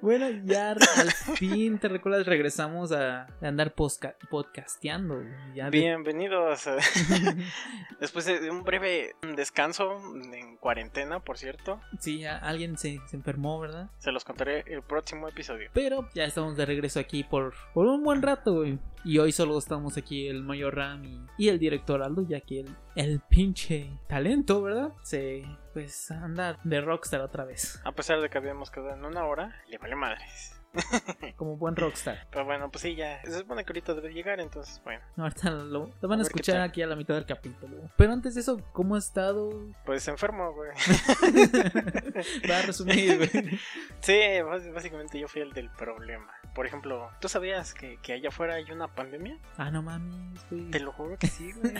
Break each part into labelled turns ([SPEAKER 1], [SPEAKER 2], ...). [SPEAKER 1] bueno, ya al fin, ¿te recuerdas? Regresamos a andar posca- podcasteando. Ya de-
[SPEAKER 2] Bienvenidos. a- Después de un breve descanso en cuarentena, por cierto,
[SPEAKER 1] sí, ya alguien se, se enfermó, ¿verdad?
[SPEAKER 2] se los contaré el próximo episodio.
[SPEAKER 1] Pero ya estamos de regreso aquí por, por un buen rato, güey. Y hoy solo estamos aquí el mayor Ram y, y el director Aldo, ya que el, el pinche talento, ¿verdad? Se pues anda de rockstar otra vez.
[SPEAKER 2] A pesar de que habíamos quedado en una hora, le vale madres.
[SPEAKER 1] Como buen rockstar.
[SPEAKER 2] Pero bueno, pues sí, ya. Se supone que ahorita debe llegar, entonces, bueno.
[SPEAKER 1] Ahorita lo, lo van a
[SPEAKER 2] A ver qué
[SPEAKER 1] escuchar
[SPEAKER 2] tal.
[SPEAKER 1] aquí a la mitad del capítulo. Pero antes de eso, ¿cómo ha estado?
[SPEAKER 2] Pues enfermo, güey.
[SPEAKER 1] Va a resumir, güey.
[SPEAKER 2] Sí, bás- básicamente yo fui el del problema. Por ejemplo, ¿tú sabías que, que allá afuera hay una pandemia?
[SPEAKER 1] Ah, no mames, güey.
[SPEAKER 2] Te lo juro que sí, güey.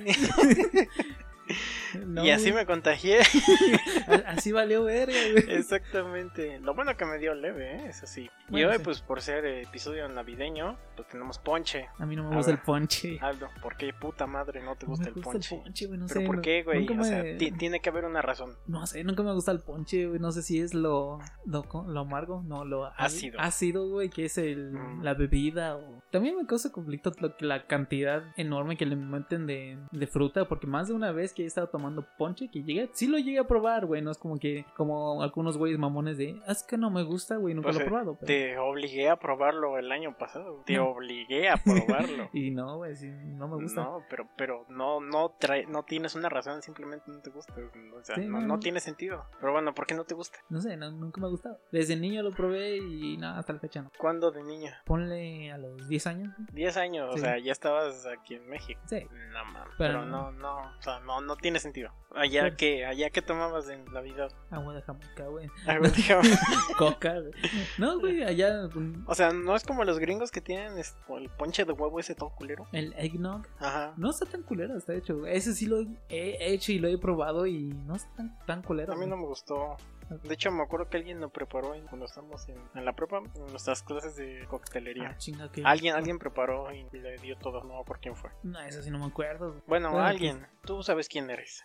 [SPEAKER 1] No,
[SPEAKER 2] y así
[SPEAKER 1] güey.
[SPEAKER 2] me contagié.
[SPEAKER 1] A- Así valió verga, güey.
[SPEAKER 2] Exactamente. Lo bueno que me dio leve, ¿eh? eso sí.
[SPEAKER 1] Bueno,
[SPEAKER 2] y hoy,
[SPEAKER 1] sí.
[SPEAKER 2] pues por ser eh, episodio navideño, pues tenemos ponche.
[SPEAKER 1] A mí no me
[SPEAKER 2] A
[SPEAKER 1] gusta
[SPEAKER 2] ver.
[SPEAKER 1] el ponche.
[SPEAKER 2] Aldo, ¿por qué puta madre no te
[SPEAKER 1] No
[SPEAKER 2] gusta
[SPEAKER 1] me
[SPEAKER 2] el ponche?
[SPEAKER 1] güey, no
[SPEAKER 2] ¿Pero
[SPEAKER 1] sé,
[SPEAKER 2] por
[SPEAKER 1] no-
[SPEAKER 2] qué, güey?
[SPEAKER 1] nunca
[SPEAKER 2] O sea,
[SPEAKER 1] me-
[SPEAKER 2] ti- tiene que haber una razón.
[SPEAKER 1] No sé, nunca me gusta el ponche, güey. No sé si es lo, lo, co- lo amargo, no, lo
[SPEAKER 2] Ácido.
[SPEAKER 1] Ácido, güey, que es el,
[SPEAKER 2] Mm.
[SPEAKER 1] la bebida. O... También me causa conflicto lo que- la cantidad enorme que le meten de, de fruta, porque más de una vez que he estado tomando ponche, que llegué, sí lo llegué a probar, güey. No es como que, como algunos güeyes mamones de, "Ah, es que no me gusta, güey, nunca
[SPEAKER 2] Pues,
[SPEAKER 1] lo he
[SPEAKER 2] eh,
[SPEAKER 1] probado. pero-
[SPEAKER 2] Te obligué a probarlo el año pasado. Te
[SPEAKER 1] No.
[SPEAKER 2] obligué a probarlo.
[SPEAKER 1] Y no, güey, sí, no me gusta.
[SPEAKER 2] No, pero, pero no, no, trae, no tienes una razón, simplemente no te gusta. O sea,
[SPEAKER 1] Sí, no,
[SPEAKER 2] no, no
[SPEAKER 1] no.
[SPEAKER 2] tiene sentido. Pero bueno, ¿por qué no te gusta?
[SPEAKER 1] No sé, no- nunca me ha gustado. Desde niño lo probé y nada, hasta la fecha no.
[SPEAKER 2] ¿Cuándo de niña?
[SPEAKER 1] Ponle a los 10 años. güey.
[SPEAKER 2] 10 años,
[SPEAKER 1] Sí.
[SPEAKER 2] o sea, ya estabas aquí en México.
[SPEAKER 1] Sí.
[SPEAKER 2] No mames,
[SPEAKER 1] Pero
[SPEAKER 2] pero
[SPEAKER 1] no. Pues
[SPEAKER 2] no, no, o sea, no, no tiene sentido. Allá
[SPEAKER 1] Claro.
[SPEAKER 2] que, allá que tomabas en la vida.
[SPEAKER 1] Agua de jamaica, güey.
[SPEAKER 2] Algo digo,
[SPEAKER 1] Coca, güey. No, güey, allá mm,
[SPEAKER 2] o sea, no es como los gringos que tienen es- o el ponche de huevo ese todo culero.
[SPEAKER 1] el eggnog
[SPEAKER 2] Ajá.
[SPEAKER 1] no está tan culero, está hecho. güey. Ese sí lo he hecho y lo he probado y no está tan, tan culero.
[SPEAKER 2] A mí
[SPEAKER 1] güey.
[SPEAKER 2] no me gustó. De hecho, me acuerdo que alguien lo preparó en- cuando estábamos en, en la prepa, en nuestras clases de
[SPEAKER 1] Ah,
[SPEAKER 2] coctelería.
[SPEAKER 1] chinga, que.
[SPEAKER 2] Alguien, alguien preparó y le dio todo, no por quién fue.
[SPEAKER 1] No, eso sí no me acuerdo. güey.
[SPEAKER 2] Bueno,
[SPEAKER 1] Bueno, pues-
[SPEAKER 2] alguien, tú sabes quién eres.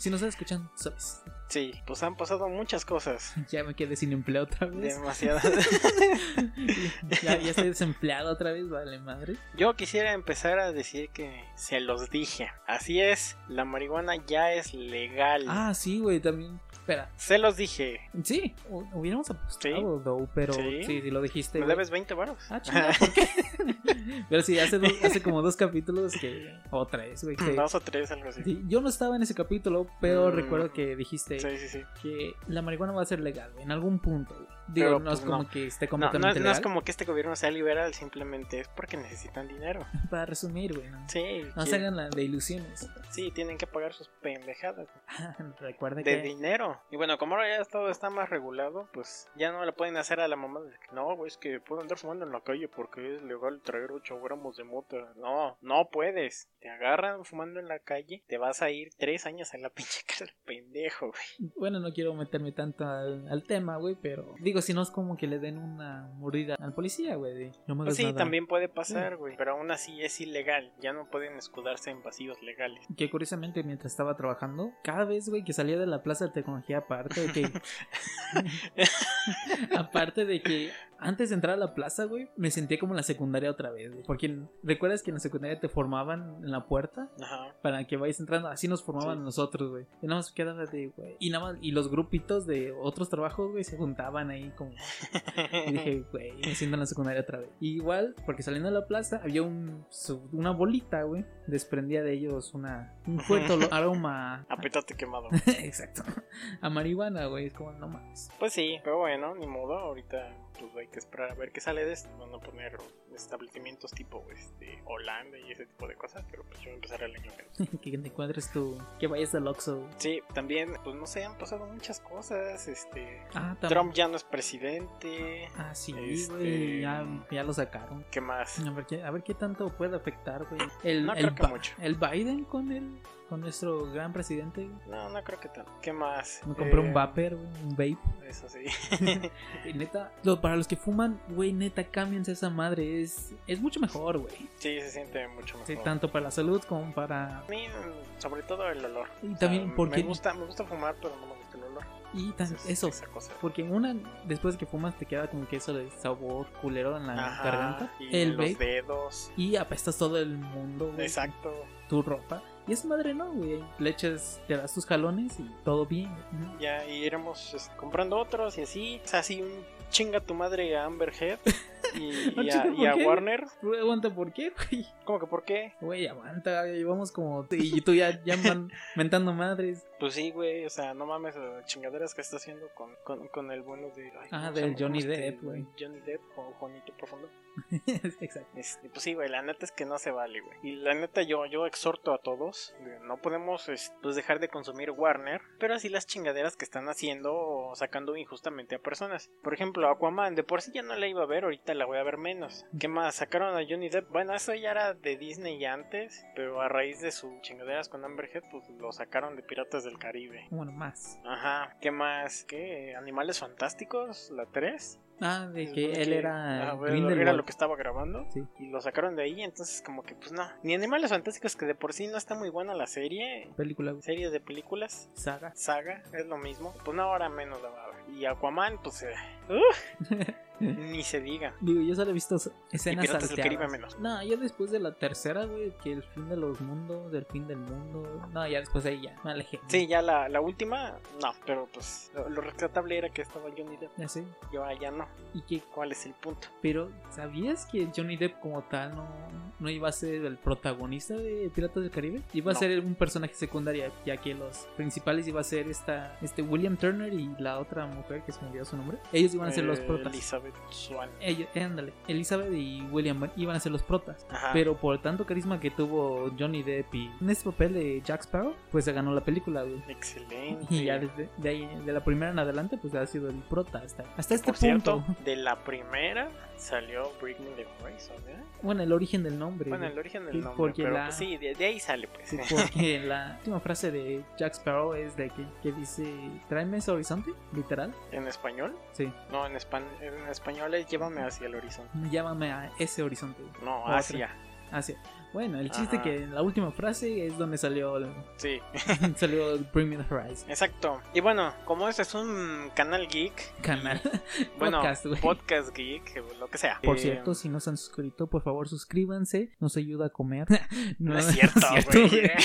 [SPEAKER 1] si no estás escuchando, sabes.
[SPEAKER 2] Sí, pues han pasado muchas cosas.
[SPEAKER 1] Ya me quedé sin empleo otra vez.
[SPEAKER 2] Demasiadas.
[SPEAKER 1] ya, ya estoy desempleado otra vez, vale madre.
[SPEAKER 2] Yo quisiera empezar a decir que se los dije. Así es, la marihuana ya es legal.
[SPEAKER 1] Ah, sí, güey, también. Espera.
[SPEAKER 2] Se los dije.
[SPEAKER 1] Sí, hu- hubiéramos apostado, though, pero sí,
[SPEAKER 2] Sí.
[SPEAKER 1] sí, lo dijiste.
[SPEAKER 2] Me
[SPEAKER 1] güey.
[SPEAKER 2] debes 20 varos.
[SPEAKER 1] Ah, chinga, ¿por qué? Pero sí, hace, dos- hace como dos capítulos que. O tres, güey. que-
[SPEAKER 2] Dos o tres, algo así.
[SPEAKER 1] Ah, sí, yo no estaba en ese capítulo, pero
[SPEAKER 2] Mm.
[SPEAKER 1] recuerdo que dijiste
[SPEAKER 2] Sí, sí, sí.
[SPEAKER 1] que la marihuana va a ser legal güey, en algún punto. güey. Digo,
[SPEAKER 2] Pero,
[SPEAKER 1] no
[SPEAKER 2] pues,
[SPEAKER 1] es como
[SPEAKER 2] no.
[SPEAKER 1] que esté
[SPEAKER 2] No, no,
[SPEAKER 1] completamente
[SPEAKER 2] no es
[SPEAKER 1] legal.
[SPEAKER 2] como que este gobierno sea liberal, simplemente es porque necesitan dinero.
[SPEAKER 1] Para resumir, güey. No,
[SPEAKER 2] Sí,
[SPEAKER 1] No se
[SPEAKER 2] quieren-
[SPEAKER 1] hagan la de ilusiones.
[SPEAKER 2] sí, tienen que pagar sus pendejadas
[SPEAKER 1] Recuerda
[SPEAKER 2] de
[SPEAKER 1] que.
[SPEAKER 2] dinero. Y bueno, como ahora ya todo está más regulado, pues ya no le pueden hacer a la mamá de que no, güey, es que puedo andar fumando en la calle porque es legal traer 8 gramos de mota. No, no puedes. Te agarran fumando en la calle, te vas a ir 3 años a la pinche cara, pendejo, güey.
[SPEAKER 1] Bueno, no quiero meterme tanto al, al tema, güey, pero. Digo, si no es como que le den una mordida al policía, güey. de, No me
[SPEAKER 2] Pues
[SPEAKER 1] hagas
[SPEAKER 2] sí,
[SPEAKER 1] nada".
[SPEAKER 2] también puede
[SPEAKER 1] Mm.
[SPEAKER 2] pasar, güey, pero aún así es ilegal. Ya no pueden escudarse en vacíos legales.
[SPEAKER 1] Que curiosamente mientras estaba trabajando, cada vez, güey, que salía de la plaza de tecnología, aparte de que... aparte de que antes de entrar a la plaza, güey, me sentía como en la secundaria otra vez, güey. Porque recuerdas que en la secundaria te formaban en la puerta
[SPEAKER 2] Ajá.
[SPEAKER 1] para que vayas entrando, así nos formaban
[SPEAKER 2] Sí.
[SPEAKER 1] nosotros, güey. Y nada más quedaba de, güey. Y nada más, y los grupitos de otros trabajos, güey, se juntaban ahí como... Y dije, güey, me siento en la secundaria otra vez. Y igual, porque saliendo a la plaza había un, su- una bolita, güey. Desprendía de ellos una, un fuerte olor- aroma.
[SPEAKER 2] A petate quemado.
[SPEAKER 1] Exacto. A marihuana, güey. Es como, no mames.
[SPEAKER 2] Pues sí, pero bueno, ni modo, ahorita pues hay que esperar a ver qué sale de esto. Van a poner establecimientos tipo este Holanda y ese tipo de cosas, pero pues yo voy a empezar el año que viene.
[SPEAKER 1] que te encuentres tú. Que vayas al Oxxo.
[SPEAKER 2] Sí, también, pues no sé, han pasado muchas cosas, este
[SPEAKER 1] Ah, tam-
[SPEAKER 2] Trump ya no es presidente,
[SPEAKER 1] Ah, sí,
[SPEAKER 2] Este-
[SPEAKER 1] güey. Ya, ya lo sacaron.
[SPEAKER 2] ¿qué más?
[SPEAKER 1] A ver qué, a ver qué tanto puede afectar, güey. El,
[SPEAKER 2] No
[SPEAKER 1] el,
[SPEAKER 2] creo que
[SPEAKER 1] Ba-
[SPEAKER 2] mucho.
[SPEAKER 1] el Biden con el, con nuestro gran presidente. güey.
[SPEAKER 2] No, no creo que tanto. ¿Qué más?
[SPEAKER 1] Me compré
[SPEAKER 2] Eh,
[SPEAKER 1] un vapor, güey, un vape.
[SPEAKER 2] Eso sí.
[SPEAKER 1] Y Eh, neta, lo- para los que fuman, güey, neta, cámbiense esa madre. Es, es mucho mejor, güey.
[SPEAKER 2] sí, se siente mucho mejor.
[SPEAKER 1] Sí, tanto para la salud como para.
[SPEAKER 2] A mí, mm, sobre todo el olor.
[SPEAKER 1] Y
[SPEAKER 2] O sea,
[SPEAKER 1] también porque.
[SPEAKER 2] me gusta, me gusta fumar, pero no me gusta el olor.
[SPEAKER 1] Y tan-
[SPEAKER 2] Esa-
[SPEAKER 1] eso,
[SPEAKER 2] Esa cosa.
[SPEAKER 1] porque en una, después de que fumas, te queda como que eso de sabor culero en la
[SPEAKER 2] Ajá,
[SPEAKER 1] garganta.
[SPEAKER 2] Y
[SPEAKER 1] El
[SPEAKER 2] los
[SPEAKER 1] vape.
[SPEAKER 2] dedos.
[SPEAKER 1] Y apestas todo el mundo, güey.
[SPEAKER 2] Exacto.
[SPEAKER 1] Tu ropa. Y es madre, no, güey. Le echas, te das tus jalones y todo bien. Ujú.
[SPEAKER 2] Ya iremos es, comprando otros y así. Es así un chinga tu madre a Amber Heard y,
[SPEAKER 1] No,
[SPEAKER 2] y
[SPEAKER 1] chica,
[SPEAKER 2] a, y
[SPEAKER 1] Ah, ¿por
[SPEAKER 2] a
[SPEAKER 1] qué?
[SPEAKER 2] Warner.
[SPEAKER 1] Güey, Aguanta, ¿por qué, güey?
[SPEAKER 2] ¿Cómo que por qué?
[SPEAKER 1] Güey, aguanta, güey, llevamos como. Y tú ya, ya man- mentando madres.
[SPEAKER 2] Pues sí, güey. O sea, no mames las chingaderas que está haciendo con, con, con el bueno de. ay,
[SPEAKER 1] Ah,
[SPEAKER 2] ¿cómo
[SPEAKER 1] del
[SPEAKER 2] se llama?
[SPEAKER 1] Johnny
[SPEAKER 2] ¿Cómo este?
[SPEAKER 1] Depp, güey.
[SPEAKER 2] Johnny Depp o Juanito Profundo.
[SPEAKER 1] Exacto.
[SPEAKER 2] Este, pues sí, güey, la neta es que no se vale, güey. Y la neta yo, yo exhorto a todos, eh, no podemos es- pues dejar de consumir Warner, pero así las chingaderas que están haciendo o sacando injustamente a personas. Por ejemplo, Aquaman, de por sí ya no la iba a ver, ahorita la voy a ver menos. ¿Qué más? Sacaron a Johnny Depp. Bueno, eso ya era de Disney ya antes, pero a raíz de sus chingaderas con Amber Heard, pues lo sacaron de Piratas del Caribe.
[SPEAKER 1] Bueno, más.
[SPEAKER 2] Ajá, ¿qué más? ¿Qué? ¿Animales Fantásticos? ¿La 3?
[SPEAKER 1] Ah, de
[SPEAKER 2] Se
[SPEAKER 1] que
[SPEAKER 2] supone
[SPEAKER 1] él era.
[SPEAKER 2] Eh, ah, bueno,
[SPEAKER 1] Grindelwald.
[SPEAKER 2] era lo que estaba grabando
[SPEAKER 1] Sí.
[SPEAKER 2] y lo sacaron de ahí, entonces como que pues no. Ni Animales Fantásticos que de por sí no está muy buena la serie,
[SPEAKER 1] Película, güey.
[SPEAKER 2] serie de películas,
[SPEAKER 1] Saga.
[SPEAKER 2] saga, es lo mismo. Pues no, ahora menos la va a ver. Y Aquaman, pues eh, ¡uh! ni se diga.
[SPEAKER 1] Digo, yo solo he visto
[SPEAKER 2] Y
[SPEAKER 1] escenas
[SPEAKER 2] Piratas del Caribe
[SPEAKER 1] salteadas.
[SPEAKER 2] menos.
[SPEAKER 1] No, ya después de la tercera, güey, que el fin de los mundos, del fin del mundo. No, ya después de ahí ya, me alejé.
[SPEAKER 2] Sí, ya la, la última, no, pero pues lo, lo rescatable era que estaba Johnny Depp,
[SPEAKER 1] Ya sé.
[SPEAKER 2] yo allá no.
[SPEAKER 1] Y que,
[SPEAKER 2] ¿Cuál es el punto?
[SPEAKER 1] pero, ¿sabías que Johnny Depp como tal no, no iba a ser el protagonista de Piratas del Caribe? Iba a
[SPEAKER 2] No.
[SPEAKER 1] ser un personaje secundario, ya que los principales iba a ser esta, este William Turner y la otra mujer que se me olvidó su nombre. Ellos iban a ser los
[SPEAKER 2] Eh,
[SPEAKER 1] protas.
[SPEAKER 2] Elizabeth Swan.
[SPEAKER 1] Ellos, eh, ándale, Elizabeth y William iban a ser los protas.
[SPEAKER 2] Ajá.
[SPEAKER 1] Pero por tanto carisma que tuvo Johnny Depp y en ese papel de Jack Sparrow, pues se ganó la película, güey.
[SPEAKER 2] Excelente.
[SPEAKER 1] Y ya desde de, ahí- de la primera en adelante, pues ha sido el prota hasta, hasta este
[SPEAKER 2] Por
[SPEAKER 1] punto.
[SPEAKER 2] cierto, de la primera salió Bring Me the Horizon, ¿eh?
[SPEAKER 1] Bueno, el origen del nombre.
[SPEAKER 2] Bueno,
[SPEAKER 1] güey.
[SPEAKER 2] el origen
[SPEAKER 1] Sí,
[SPEAKER 2] del nombre,
[SPEAKER 1] porque
[SPEAKER 2] pero
[SPEAKER 1] la-
[SPEAKER 2] pues sí, de, de ahí sale, pues.
[SPEAKER 1] Sí, Porque la última frase de Jack Sparrow es de que, que dice, tráeme ese horizonte, literal.
[SPEAKER 2] ¿En español?
[SPEAKER 1] Sí,
[SPEAKER 2] No, en, espan... en español es Llévame hacia el horizonte.
[SPEAKER 1] llámame a ese horizonte. güey.
[SPEAKER 2] No,
[SPEAKER 1] Otra.
[SPEAKER 2] hacia.
[SPEAKER 1] Así. Bueno, el chiste
[SPEAKER 2] Ajá.
[SPEAKER 1] que en la última frase es donde salió, el-
[SPEAKER 2] Sí,
[SPEAKER 1] salió el Bring Me the Horizon.
[SPEAKER 2] exacto. Y bueno, como este es un canal geek,
[SPEAKER 1] Canal.
[SPEAKER 2] bueno,
[SPEAKER 1] Podcast, güey.
[SPEAKER 2] podcast geek, lo que sea.
[SPEAKER 1] Por
[SPEAKER 2] Eh,
[SPEAKER 1] cierto, si no se han suscrito, por favor suscríbanse, nos ayuda a comer.
[SPEAKER 2] No, es cierto,
[SPEAKER 1] no es
[SPEAKER 2] güey.
[SPEAKER 1] cierto,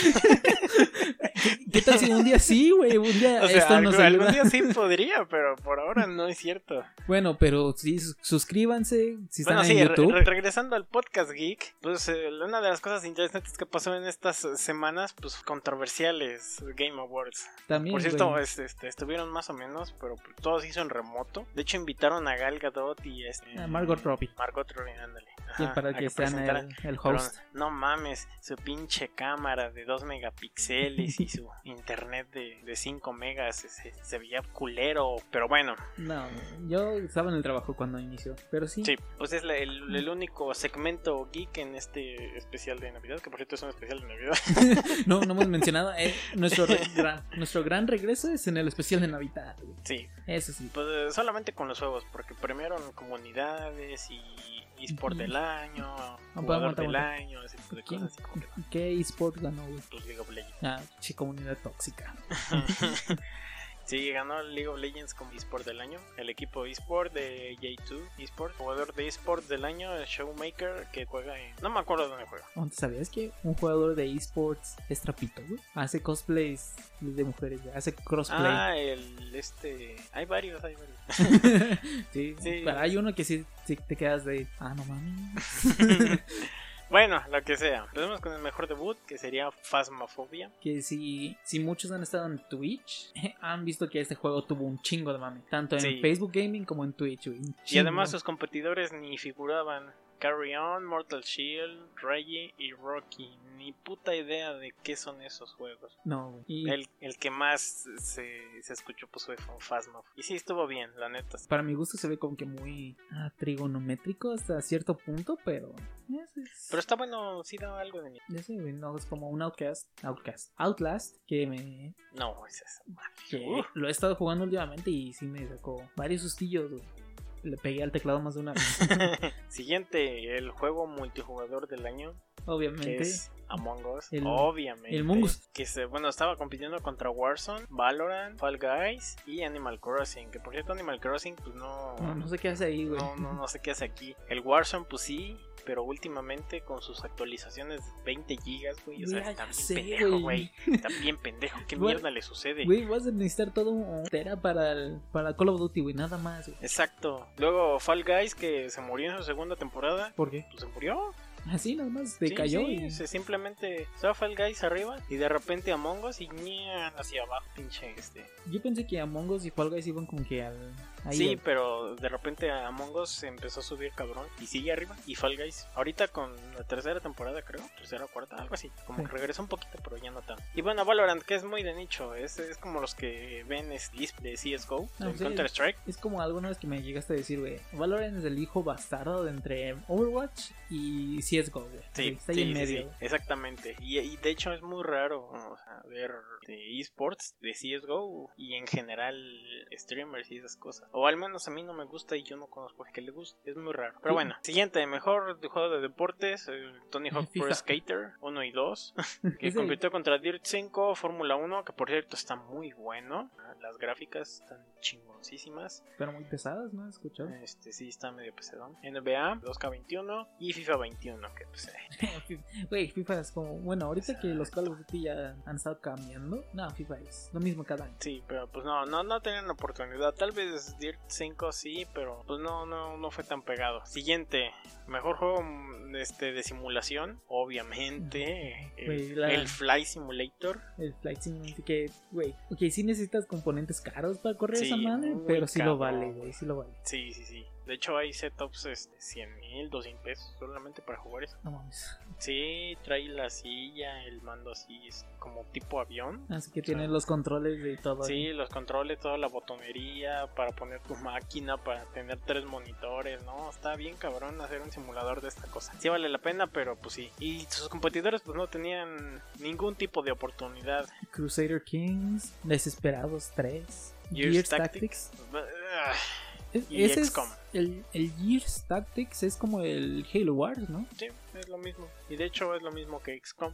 [SPEAKER 1] ¿Qué tal si un día sí, güey? Un día
[SPEAKER 2] o sea,
[SPEAKER 1] esto
[SPEAKER 2] algún,
[SPEAKER 1] nos ayuda.
[SPEAKER 2] algún día sí podría, pero por ahora no es cierto.
[SPEAKER 1] Bueno, pero sí, sus- suscríbanse si están
[SPEAKER 2] Bueno, sí,
[SPEAKER 1] en
[SPEAKER 2] re-
[SPEAKER 1] YouTube.
[SPEAKER 2] re- regresando al podcast geek, pues eh, una de las cosas interesantes que pasó en estas eh, semanas, pues controversiales, Game Awards.
[SPEAKER 1] También,
[SPEAKER 2] Por cierto,
[SPEAKER 1] güey.
[SPEAKER 2] este, este, estuvieron más o menos, pero pues, todo se hizo en remoto. De hecho, invitaron a Gal Gadot y este,
[SPEAKER 1] A Margot Robbie.
[SPEAKER 2] Margot Robbie, ándale.
[SPEAKER 1] Que
[SPEAKER 2] Ajá,
[SPEAKER 1] para
[SPEAKER 2] a
[SPEAKER 1] que sean
[SPEAKER 2] presentara.
[SPEAKER 1] el, el
[SPEAKER 2] Pero
[SPEAKER 1] host.
[SPEAKER 2] no mames, su pinche cámara de 2 megapíxeles y su internet de, de 5 megas se- se- se veía culero. Pero bueno,
[SPEAKER 1] No, yo estaba en el trabajo cuando inició. Pero sí, Mm.
[SPEAKER 2] Sí, pues es la- el, el único segmento geek en este especial de Navidad, que por cierto es un especial de Navidad.
[SPEAKER 1] no, no hemos mencionado. eh, nuestro, re- gran, nuestro gran regreso es en el especial de Navidad. güey.
[SPEAKER 2] Sí,
[SPEAKER 1] Eso sí.
[SPEAKER 2] pues eh, solamente con los juegos, porque premiaron comunidades y eSport
[SPEAKER 1] Ujú.
[SPEAKER 2] del año,
[SPEAKER 1] No,
[SPEAKER 2] jugador
[SPEAKER 1] aguanta,
[SPEAKER 2] del
[SPEAKER 1] aguanta.
[SPEAKER 2] año, ese tipo de
[SPEAKER 1] ¿Quién?
[SPEAKER 2] cosas así como que
[SPEAKER 1] ¿Qué eSport ganó, güey?
[SPEAKER 2] pues, League of Legends.
[SPEAKER 1] Ah, che, comunidad tóxica.
[SPEAKER 2] sí, ganó League of Legends como eSport del año, el equipo eSport de J2 eSport, jugador de eSport del año, el Showmaker que juega en... No me acuerdo dónde juega.
[SPEAKER 1] ¿Aún ¿Sabías que un jugador de esports es trapito, güey? Hace cosplays de mujeres, güey. hace crossplay.
[SPEAKER 2] Ah, el... este... Hay varios, hay varios.
[SPEAKER 1] sí,
[SPEAKER 2] sí.
[SPEAKER 1] Pero hay uno que sí, sí te quedas de, ah, no mames.
[SPEAKER 2] Bueno, lo que sea. Empecemos con el mejor debut, que sería Phasmophobia.
[SPEAKER 1] que si, si muchos han estado en Twitch, han visto que este juego tuvo un chingo de mame. Tanto en
[SPEAKER 2] Sí.
[SPEAKER 1] Facebook Gaming como en Twitch, güey. Un
[SPEAKER 2] Y además
[SPEAKER 1] chingo.
[SPEAKER 2] sus competidores ni figuraban. Carry On, Mortal Shield, Reggie y Rocky. Ni puta idea de qué son esos juegos.
[SPEAKER 1] No, güey. Y
[SPEAKER 2] El, el que más se, se escuchó pues fue Phasmophobia. Y sí, estuvo bien, la neta.
[SPEAKER 1] para mi gusto se ve como que muy ah, trigonométrico hasta cierto punto, pero... es- es-
[SPEAKER 2] Pero está bueno, sí da algo de mí.
[SPEAKER 1] ya sé, güey, no, es como un Outcast, Outcast, Outlast, que me,
[SPEAKER 2] No, es eso.
[SPEAKER 1] que
[SPEAKER 2] Uf.
[SPEAKER 1] Eh, lo he estado jugando últimamente y sí me sacó varios sustillos, güey. Le pegué al teclado más de una vez.
[SPEAKER 2] Siguiente, el juego multijugador del año, que
[SPEAKER 1] Obviamente.
[SPEAKER 2] es Among Us,
[SPEAKER 1] El-
[SPEAKER 2] obviamente.
[SPEAKER 1] el Mongus.
[SPEAKER 2] Que se, bueno, estaba compitiendo contra Warzone, Valorant, Fall Guys y Animal Crossing. Que por cierto, Animal Crossing, pues no.
[SPEAKER 1] No, no sé qué hace ahí, güey.
[SPEAKER 2] No, no, no sé qué hace aquí. El Warzone, pues sí, pero últimamente con sus actualizaciones de 20 gigas, güey. O sea,
[SPEAKER 1] Ya
[SPEAKER 2] está bien
[SPEAKER 1] sé,
[SPEAKER 2] pendejo,
[SPEAKER 1] güey.
[SPEAKER 2] güey. Está bien pendejo. ¿Qué
[SPEAKER 1] Güey,
[SPEAKER 2] mierda le sucede?
[SPEAKER 1] Güey, vas a necesitar todo un tera para, el- para Call of Duty, güey, nada más, güey.
[SPEAKER 2] Exacto. Luego Fall Guys, que se murió en su segunda temporada.
[SPEAKER 1] ¿Por qué?
[SPEAKER 2] Pues se murió.
[SPEAKER 1] Así nada más, te
[SPEAKER 2] Sí,
[SPEAKER 1] cayó
[SPEAKER 2] sí,
[SPEAKER 1] y...
[SPEAKER 2] se simplemente estaba Fall Guys arriba y de repente Among Us y ñan hacia abajo, pinche este.
[SPEAKER 1] Yo pensé que Among Us y Fall Guys iban como que al... ahí,
[SPEAKER 2] sí,
[SPEAKER 1] güey.
[SPEAKER 2] pero de repente Among Us se empezó a subir cabrón y sigue arriba y Fall Guys. Ahorita con la tercera temporada, creo, tercera o cuarta, algo así. Como
[SPEAKER 1] Sí.
[SPEAKER 2] que regresa un poquito, pero ya no tanto. Y bueno, Valorant, que es muy de nicho, es, es como los que ven es Lisp de CSGO,
[SPEAKER 1] Ah,
[SPEAKER 2] de
[SPEAKER 1] sí.
[SPEAKER 2] Counter Strike.
[SPEAKER 1] Es como alguna vez que me llegaste a decir, güey, Valorant es el hijo bastardo de entre Overwatch y CSGO, güey.
[SPEAKER 2] Sí,
[SPEAKER 1] Güey, Está
[SPEAKER 2] sí,
[SPEAKER 1] ahí en
[SPEAKER 2] sí,
[SPEAKER 1] medio.
[SPEAKER 2] sí, exactamente. Y, y de hecho es muy raro o sea, ver de esports, de CSGO y en general streamers y esas cosas. O al menos a mí no me gusta y yo no conozco a que le guste. Es muy raro. Pero
[SPEAKER 1] Sí.
[SPEAKER 2] bueno, siguiente, mejor juego de deportes, eh, Tony Hawk Pro
[SPEAKER 1] FIFA.
[SPEAKER 2] Skater 1 y 2, que
[SPEAKER 1] Es el-
[SPEAKER 2] compitió contra Dirt 5, Fórmula 1, que por cierto está muy bueno. Las gráficas están chingoncísimas.
[SPEAKER 1] Pero muy pesadas, ¿no? ¿Escuchado?
[SPEAKER 2] Este sí está medio pesadón. NBA 2K21 y FIFA 21, que pues eh,
[SPEAKER 1] Güey, FIFA es como... Bueno, ahorita que los
[SPEAKER 2] Exacto.
[SPEAKER 1] Call of Duty ya han estado cambiando, no, FIFA es lo mismo cada año.
[SPEAKER 2] Sí, pero pues no, no, no tenían oportunidad. Tal vez Dirt 5 sí, pero pues no, no, no fue tan pegado. Siguiente, mejor juego mm, este, de simulación, obviamente. El,
[SPEAKER 1] Güey, la-
[SPEAKER 2] el Fly Simulator.
[SPEAKER 1] El Flight Simulator que, güey, ok, sí necesitas componentes caros para correr
[SPEAKER 2] Sí,
[SPEAKER 1] esa madre,
[SPEAKER 2] muy
[SPEAKER 1] pero sí
[SPEAKER 2] caro.
[SPEAKER 1] lo vale, güey, sí lo vale.
[SPEAKER 2] Sí, sí, sí. De hecho hay setups este, 100 mil, 200 pesos solamente para jugar eso.
[SPEAKER 1] No mames.
[SPEAKER 2] Sí, trae la silla, el mando así, es como tipo avión.
[SPEAKER 1] Así que tienen los controles de todo.
[SPEAKER 2] Sí, los controles, toda la botonería para poner tu máquina, para tener tres monitores, ¿no? Está bien cabrón hacer un simulador de esta cosa. Sí vale la pena, pero pues sí. Y sus competidores pues no tenían ningún tipo de oportunidad.
[SPEAKER 1] Crusader Kings, Desesperados 3,
[SPEAKER 2] Gears
[SPEAKER 1] Gears,
[SPEAKER 2] Tactics.
[SPEAKER 1] Tactics.
[SPEAKER 2] Ugh,
[SPEAKER 1] Es-
[SPEAKER 2] Y
[SPEAKER 1] ese es
[SPEAKER 2] XCOM.
[SPEAKER 1] el, el Gears Tactics es como el Halo Wars, ¿no?
[SPEAKER 2] Sí, es lo mismo. Y de hecho es lo mismo que XCOM.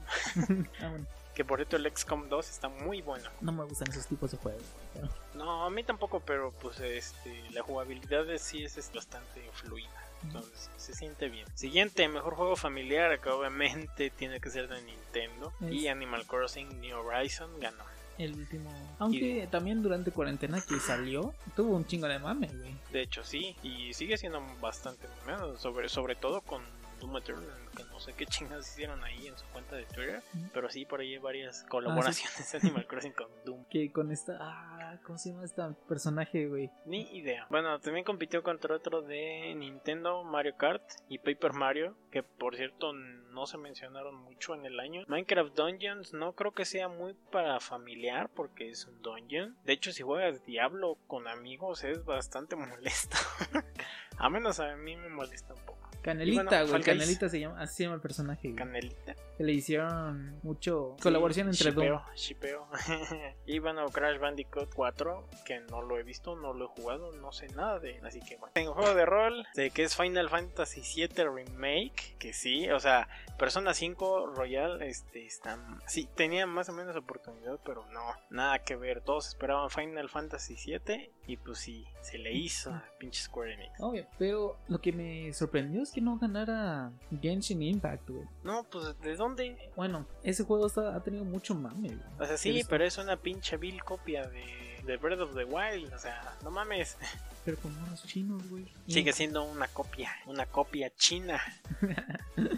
[SPEAKER 1] Ah, bueno,
[SPEAKER 2] Que por cierto el XCOM 2 está muy bueno.
[SPEAKER 1] no me gustan esos tipos de juegos. pero-
[SPEAKER 2] No, a mí tampoco, pero pues este, la jugabilidad de sí es es bastante fluida. Entonces, se siente bien. Siguiente, mejor juego familiar, que obviamente tiene que ser de Nintendo. Y
[SPEAKER 1] Es-
[SPEAKER 2] Animal Crossing New Horizon ganó.
[SPEAKER 1] El último. Aunque también durante cuarentena que salió, tuvo un chingo de mame, güey.
[SPEAKER 2] De hecho, sí. Y sigue siendo bastante bueno, sobre, sobre todo con Doom Eternal, que no sé qué chingas hicieron ahí en su cuenta de Twitter.
[SPEAKER 1] Ujú. Ah,
[SPEAKER 2] Pero sí, por ahí hay varias colaboraciones de Animal Crossing con Doom.
[SPEAKER 1] Que con esta. Ah, ¿cómo se llama este personaje, güey?
[SPEAKER 2] Ni idea. Bueno, también compitió contra otro de Nintendo, Mario Kart y Paper Mario, que por cierto no se mencionaron mucho en el año. Minecraft Dungeons no creo que sea muy para familiar porque es un dungeon. De hecho, si juegas Diablo con amigos es bastante molesto. a menos a mí me molesta un poco.
[SPEAKER 1] Canelita,
[SPEAKER 2] bueno,
[SPEAKER 1] güey.
[SPEAKER 2] Fall Guys.
[SPEAKER 1] Canelita se llama. Así se llama el personaje, güey.
[SPEAKER 2] Canelita.
[SPEAKER 1] Que le hicieron mucho colaboración entre
[SPEAKER 2] Doom.
[SPEAKER 1] Doom.
[SPEAKER 2] y bueno, Crash Bandicoot 4, que no lo he visto, no lo he jugado, no sé nada de él, así que bueno. En juego de rol, de que es Final Fantasy VII Remake, que sí, o sea, Persona 5 Royal, este, está, sí, tenía más o menos oportunidad, pero no, nada que ver, todos esperaban Final Fantasy VII y pues sí, se
[SPEAKER 1] Mm.
[SPEAKER 2] le hizo a pinche Square Enix.
[SPEAKER 1] Obvio, pero lo que me sorprendió es que no ganara Genshin Impact, güey.
[SPEAKER 2] No, pues, ¿de dónde?
[SPEAKER 1] Bueno, ese juego está- ha tenido mucho mame, güey.
[SPEAKER 2] O sea, sí,
[SPEAKER 1] Eres-
[SPEAKER 2] pero es una pinche vil copia de, de Breath of the Wild, o sea, no mames.
[SPEAKER 1] Pero con unos chinos, güey.
[SPEAKER 2] Sigue siendo una copia, una copia china.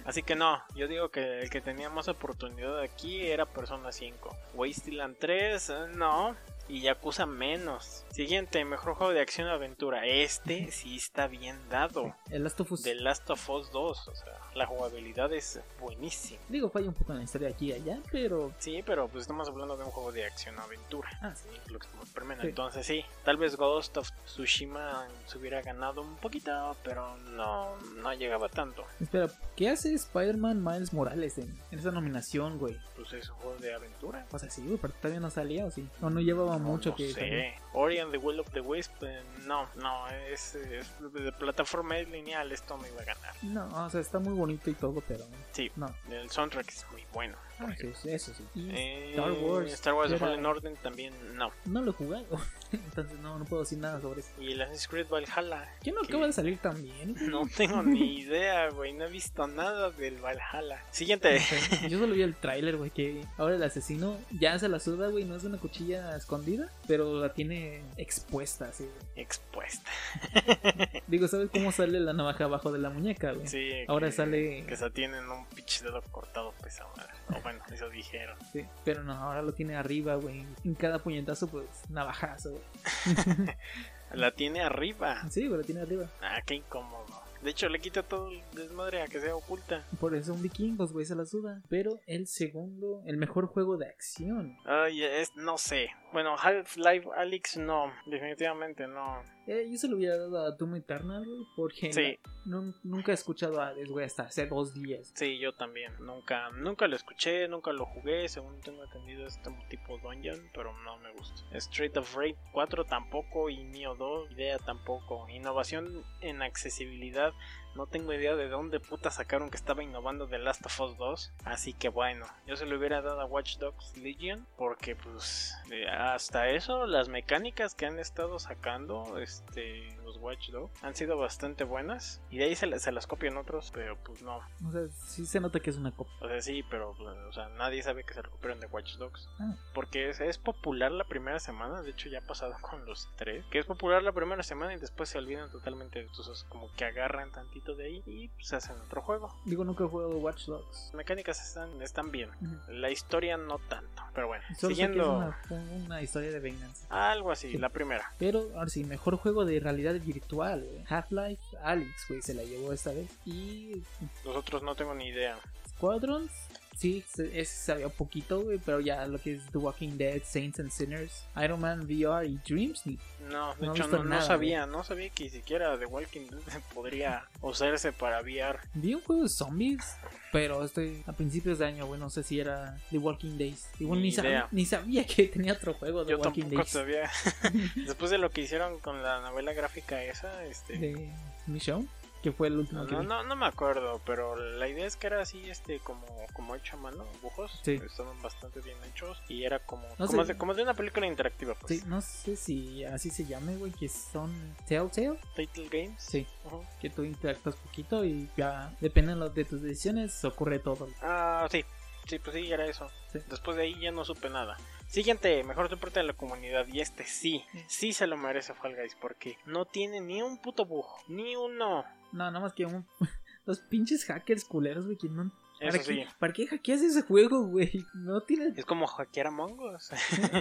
[SPEAKER 2] Así que no, yo digo que el que tenía más oportunidad aquí era Persona 5. Wasteland 3, eh, no. Y Yakuza menos. Siguiente, mejor juego de acción-aventura. Este sí está bien dado.
[SPEAKER 1] El Last of Us.
[SPEAKER 2] The Last of Us 2. O sea, la jugabilidad es buenísima.
[SPEAKER 1] Digo, falla un poco en la historia aquí y allá, pero.
[SPEAKER 2] Sí, pero pues estamos hablando de un juego de acción-aventura.
[SPEAKER 1] Ah, sí.
[SPEAKER 2] lo que estamos primero.
[SPEAKER 1] Sí.
[SPEAKER 2] Entonces sí, tal vez Ghost of Tsushima se hubiera ganado un poquito, pero no, no llegaba tanto.
[SPEAKER 1] Espera, ¿qué hace Spider-Man Miles Morales en, en esa nominación, güey?
[SPEAKER 2] Pues es un juego de aventura.
[SPEAKER 1] O sea, sí, güey, pero todavía no salía, o sí. O no llevaba gustaba mucho.
[SPEAKER 2] No
[SPEAKER 1] que también-
[SPEAKER 2] sé. Ori and the Will of the Wisp. eh, no, no. Es, es de plataforma es lineal. Esto me iba a ganar.
[SPEAKER 1] No, o sea, está muy bonito y todo, pero.
[SPEAKER 2] Sí.
[SPEAKER 1] No,
[SPEAKER 2] El soundtrack es muy bueno.
[SPEAKER 1] ah,
[SPEAKER 2] por
[SPEAKER 1] eso,
[SPEAKER 2] ejemplo.
[SPEAKER 1] sí, eso sí. Y
[SPEAKER 2] Eh,
[SPEAKER 1] Star Wars,
[SPEAKER 2] Star Wars The
[SPEAKER 1] Jedi.
[SPEAKER 2] Fallen Order también no.
[SPEAKER 1] no lo he jugado, entonces no, no puedo decir nada sobre eso.
[SPEAKER 2] Y el Assassin's Creed Valhalla.
[SPEAKER 1] ¿Quién no
[SPEAKER 2] ¿Qué?
[SPEAKER 1] acaba de salir también?
[SPEAKER 2] No tengo ni idea, güey. No he visto nada del Valhalla. Siguiente.
[SPEAKER 1] Yo solo vi el tráiler, güey, que ahora el asesino ya se la suda, güey, no es una cuchilla escondida, pero la tiene expuesta, así. güey.
[SPEAKER 2] Expuesta.
[SPEAKER 1] Digo, ¿sabes cómo sale la navaja abajo de la muñeca, güey?
[SPEAKER 2] Sí,
[SPEAKER 1] Ahora
[SPEAKER 2] que-
[SPEAKER 1] sale-
[SPEAKER 2] Que se tienen un pinche dedo cortado, pues ahora. O bueno, eso dijeron.
[SPEAKER 1] Sí, pero no, ahora lo tiene arriba, güey. En cada puñetazo, pues, navajazo, güey.
[SPEAKER 2] La tiene arriba.
[SPEAKER 1] Sí, güey, lo tiene arriba.
[SPEAKER 2] Ah, qué incómodo. De hecho, le quita todo el desmadre a que sea oculta.
[SPEAKER 1] Por eso un vikingos, güey, se la suda. Pero el segundo, el mejor juego de acción.
[SPEAKER 2] Ay, es, no sé. Bueno, Half-Life Alyx no. Definitivamente no.
[SPEAKER 1] Eh, yo se lo hubiera dado a Doom Eternal, güey, porque
[SPEAKER 2] Sí,
[SPEAKER 1] nun- nunca he escuchado a Hades, güey, hasta hace dos días.
[SPEAKER 2] sí, yo también. Nunca, nunca lo escuché, nunca lo jugué. Según tengo entendido, es como tipo dungeon, pero no me gusta. Street of Rage 4 tampoco. Y Neo 2, idea tampoco. Innovación en accesibilidad. No tengo idea de dónde puta sacaron que estaba innovando de Last of Us 2. Así que bueno, yo se lo hubiera dado a Watch Dogs Legion. Porque pues eh, hasta eso, las mecánicas que han estado sacando este, los Watch Dogs han sido bastante buenas. Y de ahí se, la- se las copian otros, pero pues no.
[SPEAKER 1] O sea, sí se nota que es una copia.
[SPEAKER 2] O sea, sí, pero pues, o sea, nadie sabe que se recuperan de Watch Dogs.
[SPEAKER 1] Ah.
[SPEAKER 2] Porque es, es popular la primera semana, de hecho ya ha pasado con los tres. Que es popular la primera semana y después se olvidan totalmente. Entonces como que agarran tantito de ahí y pues hacen otro juego.
[SPEAKER 1] Digo, nunca he jugado Watch Dogs.
[SPEAKER 2] Las mecánicas están, están bien.
[SPEAKER 1] Ujú.
[SPEAKER 2] La historia no tanto, pero bueno.
[SPEAKER 1] Solo sé que es
[SPEAKER 2] siguiendo...
[SPEAKER 1] una, una historia de venganza.
[SPEAKER 2] Algo así, la primera.
[SPEAKER 1] Pero ahora sí, mejor juego de realidad virtual. güey. Half-Life, Alex, güey, se la llevó esta vez. Y
[SPEAKER 2] Los otros no tengo ni idea.
[SPEAKER 1] Squadrons, sí, se- ese sabía poquito, güey, pero ya lo que es The Walking Dead, Saints and Sinners, Iron Man VR y Dreams. ni-
[SPEAKER 2] No, de
[SPEAKER 1] No he
[SPEAKER 2] hecho
[SPEAKER 1] visto
[SPEAKER 2] no, no
[SPEAKER 1] nada, ¿eh?
[SPEAKER 2] sabía, no sabía que siquiera The Walking Dead podría usarse para VR.
[SPEAKER 1] Vi un juego de zombies, pero este a principios de año, güey, no sé si era The Walking Days. Igual
[SPEAKER 2] Ni
[SPEAKER 1] ni, sab-
[SPEAKER 2] idea.
[SPEAKER 1] ni sabía que tenía otro juego de
[SPEAKER 2] Yo
[SPEAKER 1] Walking
[SPEAKER 2] tampoco
[SPEAKER 1] Days.
[SPEAKER 2] sabía. Después de lo que hicieron con la novela gráfica esa, este.
[SPEAKER 1] De Michonne, que fue el último
[SPEAKER 2] No,
[SPEAKER 1] que
[SPEAKER 2] no,
[SPEAKER 1] vi.
[SPEAKER 2] no- no me acuerdo, pero la idea es que era así, este, como, como hecho a mano, dibujos,
[SPEAKER 1] Sí.
[SPEAKER 2] estaban bastante bien hechos y era como,
[SPEAKER 1] No
[SPEAKER 2] como,
[SPEAKER 1] sé.
[SPEAKER 2] de, como de una película interactiva, pues.
[SPEAKER 1] Sí, no sé si así se llame, güey, que son Telltale.
[SPEAKER 2] Title Games.
[SPEAKER 1] Sí.
[SPEAKER 2] Ujú.
[SPEAKER 1] que tú interactúas poquito y ya depende de lo- de tus decisiones ocurre todo.
[SPEAKER 2] Ah, sí, sí, pues sí, era eso.
[SPEAKER 1] Sí.
[SPEAKER 2] Después de ahí ya no supe nada. Siguiente, mejor soporte de la comunidad. Y este sí, sí se lo merece Fall Guys porque no tiene ni un puto bug, ni uno.
[SPEAKER 1] No, nada más que un- los pinches hackers culeros, güey, que no... ¿Para,
[SPEAKER 2] Eso sí,
[SPEAKER 1] qué, ¿Para qué hackeas ese juego, güey? No tiene...
[SPEAKER 2] es como hackear a mongos.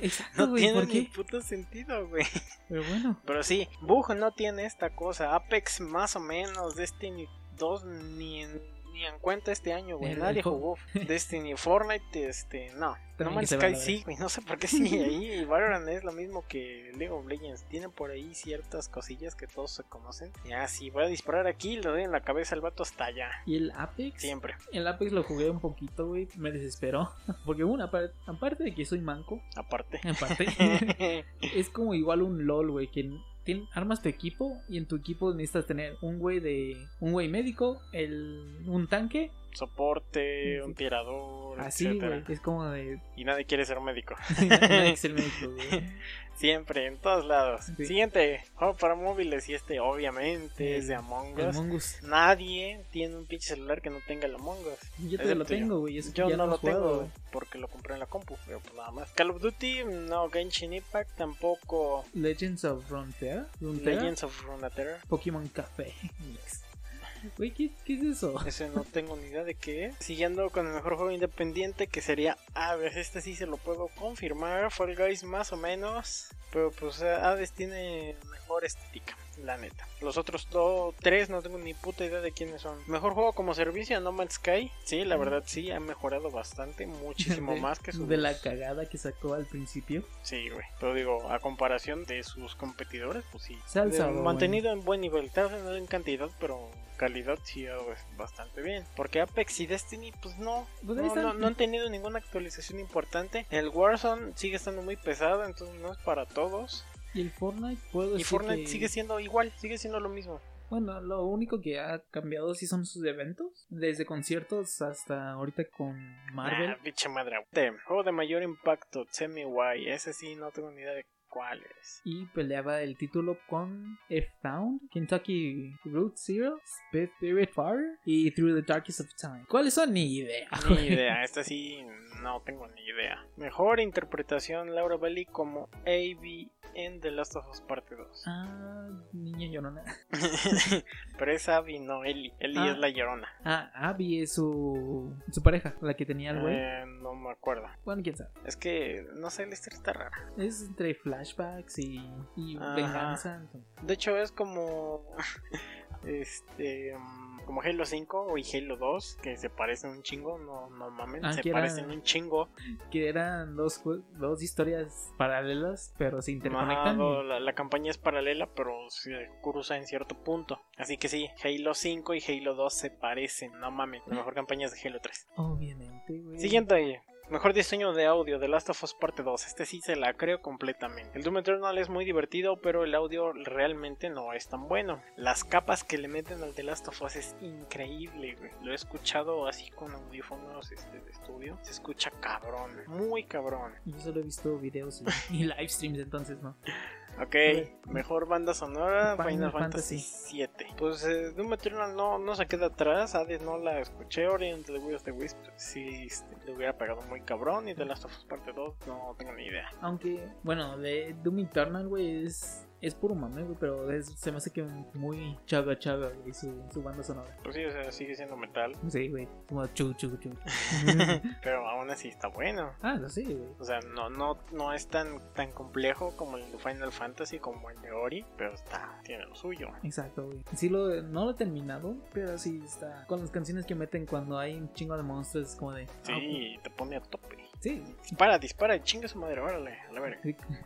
[SPEAKER 1] Exacto,
[SPEAKER 2] No
[SPEAKER 1] güey,
[SPEAKER 2] tiene
[SPEAKER 1] ¿por
[SPEAKER 2] ni
[SPEAKER 1] qué?
[SPEAKER 2] puto sentido, güey.
[SPEAKER 1] Pero bueno,
[SPEAKER 2] Pero sí, Bug no tiene esta cosa. Apex más o menos, Destiny 2 ni en, ni en cuenta este año, güey.
[SPEAKER 1] El-
[SPEAKER 2] Nadie
[SPEAKER 1] el jo-
[SPEAKER 2] jugó Destiny, Fortnite, este, no. No
[SPEAKER 1] También
[SPEAKER 2] Man's
[SPEAKER 1] se van a
[SPEAKER 2] Sky
[SPEAKER 1] ver.
[SPEAKER 2] sí, güey. No sé por qué sí ahí. Y Valorant es lo mismo que League of Legends. Tienen por ahí ciertas cosillas que todos se conocen. Ya, sí, voy a disparar aquí, le doy en la cabeza al vato hasta allá.
[SPEAKER 1] y el Apex,
[SPEAKER 2] Siempre.
[SPEAKER 1] el Apex lo jugué un poquito, güey, me desesperó. Porque una, apar- aparte de que soy manco,
[SPEAKER 2] Aparte.
[SPEAKER 1] en parte, es como igual un LOL, güey, que tien- armas tu equipo y en tu equipo necesitas tener un güey de... un güey médico, el, un tanque,
[SPEAKER 2] Soporte,
[SPEAKER 1] Sí.
[SPEAKER 2] un tirador,
[SPEAKER 1] así,
[SPEAKER 2] etcétera.
[SPEAKER 1] güey, es como de...
[SPEAKER 2] Y nadie quiere ser médico.
[SPEAKER 1] Nadie es el médico, güey.
[SPEAKER 2] Siempre, en todos lados.
[SPEAKER 1] Sí.
[SPEAKER 2] Siguiente, juego para móviles y este obviamente
[SPEAKER 1] El-
[SPEAKER 2] es de Among
[SPEAKER 1] El
[SPEAKER 2] Us.
[SPEAKER 1] Mongoose.
[SPEAKER 2] Nadie tiene un pinche celular que no tenga el Among Us.
[SPEAKER 1] Yo te lo
[SPEAKER 2] Excepto yo.
[SPEAKER 1] tengo, güey. eso que
[SPEAKER 2] Yo
[SPEAKER 1] ya
[SPEAKER 2] no
[SPEAKER 1] he
[SPEAKER 2] lo
[SPEAKER 1] jugado,
[SPEAKER 2] tengo
[SPEAKER 1] güey.
[SPEAKER 2] porque lo compré en la compu, pero pues nada más. Call of Duty, no, Genshin Impact tampoco.
[SPEAKER 1] Legends of Frontier.
[SPEAKER 2] Legends of Runeterra.
[SPEAKER 1] Pokémon Café. Mix. Güey, ¿qué, qué es eso?
[SPEAKER 2] Ese no tengo ni idea de qué es. Siguiendo con el mejor juego independiente que sería Aves. Este sí se lo puedo confirmar. Fall Guys más o menos. Pero pues Hades tiene mejor estética, la neta. Los otros dos, tres no tengo ni puta idea de quiénes son. Mejor juego como servicio, No Man's Sky. Sí, la verdad sí, ha mejorado bastante, muchísimo
[SPEAKER 1] De-
[SPEAKER 2] más que su...
[SPEAKER 1] De la cagada que sacó al principio.
[SPEAKER 2] Sí, güey. Pero digo, a comparación de sus competidores, pues sí.
[SPEAKER 1] Salsa,
[SPEAKER 2] De-
[SPEAKER 1] güey.
[SPEAKER 2] mantenido en buen nivel. Tal vez no en cantidad, pero calidad sí es bastante bien. Porque Apex y Destiny, pues no.
[SPEAKER 1] Pues ahí
[SPEAKER 2] no,
[SPEAKER 1] están.
[SPEAKER 2] no- no han tenido ninguna actualización importante. El Warzone sigue estando muy pesado, entonces no es para todos.
[SPEAKER 1] Y el Fortnite, puedo
[SPEAKER 2] Y
[SPEAKER 1] decir
[SPEAKER 2] Fortnite
[SPEAKER 1] Pues que-
[SPEAKER 2] sigue siendo igual, sigue siendo lo mismo.
[SPEAKER 1] Bueno, lo único que ha cambiado sí son sus eventos. Desde conciertos hasta ahorita con Marvel.
[SPEAKER 2] Ah, pinche madre. Te- Juego de mayor impacto, Semi-Wide. Ese sí, no tengo ni idea de cuál es.
[SPEAKER 1] Y peleaba el título con F-Town, Kentucky Route Zero, Spirit Fire y Through the Darkest of Time. ¿Cuáles son? Ni idea.
[SPEAKER 2] Ni idea, esta sí no tengo ni idea. Mejor interpretación Laura Bailey como AB en The Last of Us Parte 2.
[SPEAKER 1] Ah, niña llorona.
[SPEAKER 2] Pero es Abby, no Ellie. Ellie
[SPEAKER 1] Ah.
[SPEAKER 2] es la llorona.
[SPEAKER 1] Ah, Abby es su, su pareja, la que tenía el güey.
[SPEAKER 2] Eh, no me acuerdo.
[SPEAKER 1] Bueno, quién sabe.
[SPEAKER 2] Es que, no sé, la historia está rara.
[SPEAKER 1] Es entre flashbacks y, y
[SPEAKER 2] Ajá.
[SPEAKER 1] venganza. entonces.
[SPEAKER 2] De hecho, es como. Este. mm, Como Halo 5 y Halo 2, que se parecen un chingo, no, no mamen,
[SPEAKER 1] Ah,
[SPEAKER 2] se
[SPEAKER 1] que era-
[SPEAKER 2] parecen un chingo.
[SPEAKER 1] Que eran dos, jue- dos historias paralelas, pero se
[SPEAKER 2] Ajá,
[SPEAKER 1] interconectan. y-
[SPEAKER 2] no, la, la campaña es paralela, pero se cruza en cierto punto. Así que sí, Halo 5 y Halo 2 se parecen, no mames. La mejor campaña es de Halo 3.
[SPEAKER 1] Obviamente, güey.
[SPEAKER 2] Siguiente, mejor diseño de audio de Last of Us Parte 2. Este sí se la creo completamente. El Doom Eternal es muy divertido, pero el audio realmente no es tan bueno. Las capas que le meten al The Last of Us es increíble, güey. Lo he escuchado así con audífonos este, de estudio. Se escucha cabrón, muy cabrón.
[SPEAKER 1] Yo solo he visto videos y, y live streams, entonces, ¿no?
[SPEAKER 2] Ok,
[SPEAKER 1] Vale.
[SPEAKER 2] mejor banda sonora,
[SPEAKER 1] Final
[SPEAKER 2] Final
[SPEAKER 1] Fantasy.
[SPEAKER 2] Fantasy 7. Pues eh, Doom Eternal no, no se queda atrás, Hades no la escuché, Orient the Will of the Wisp sí este, le hubiera pegado muy cabrón y The Last of Us Parte 2 no tengo ni idea.
[SPEAKER 1] Aunque, bueno, de Doom Eternal, güey, es, es puro mame, güey, pero es- se me hace que muy chaga chaga, güey, su, su banda sonora.
[SPEAKER 2] Pues sí, o sea, sigue siendo metal,
[SPEAKER 1] Sí, güey, como chu chu chu.
[SPEAKER 2] pero aún así está bueno.
[SPEAKER 1] ah, no sé, güey.
[SPEAKER 2] O sea, no, no, no es tan, tan complejo como el de Final Fantasy, como el de Ori, pero está, tiene lo suyo.
[SPEAKER 1] Exacto, güey. Sí, lo, no lo he terminado, pero sí está. Con las canciones que meten cuando hay un chingo de monstruos, es como de. ah,
[SPEAKER 2] Sí, te pone a tope.
[SPEAKER 1] sí.
[SPEAKER 2] Dispara, dispara, y chinga su madre, órale, a la verga.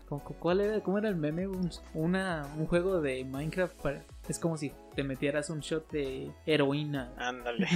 [SPEAKER 1] ¿Cómo, cuál era, ¿Cómo era el meme? Un, una, un juego de Minecraft. para- es como si te metieras un shot de heroína.
[SPEAKER 2] Ándale.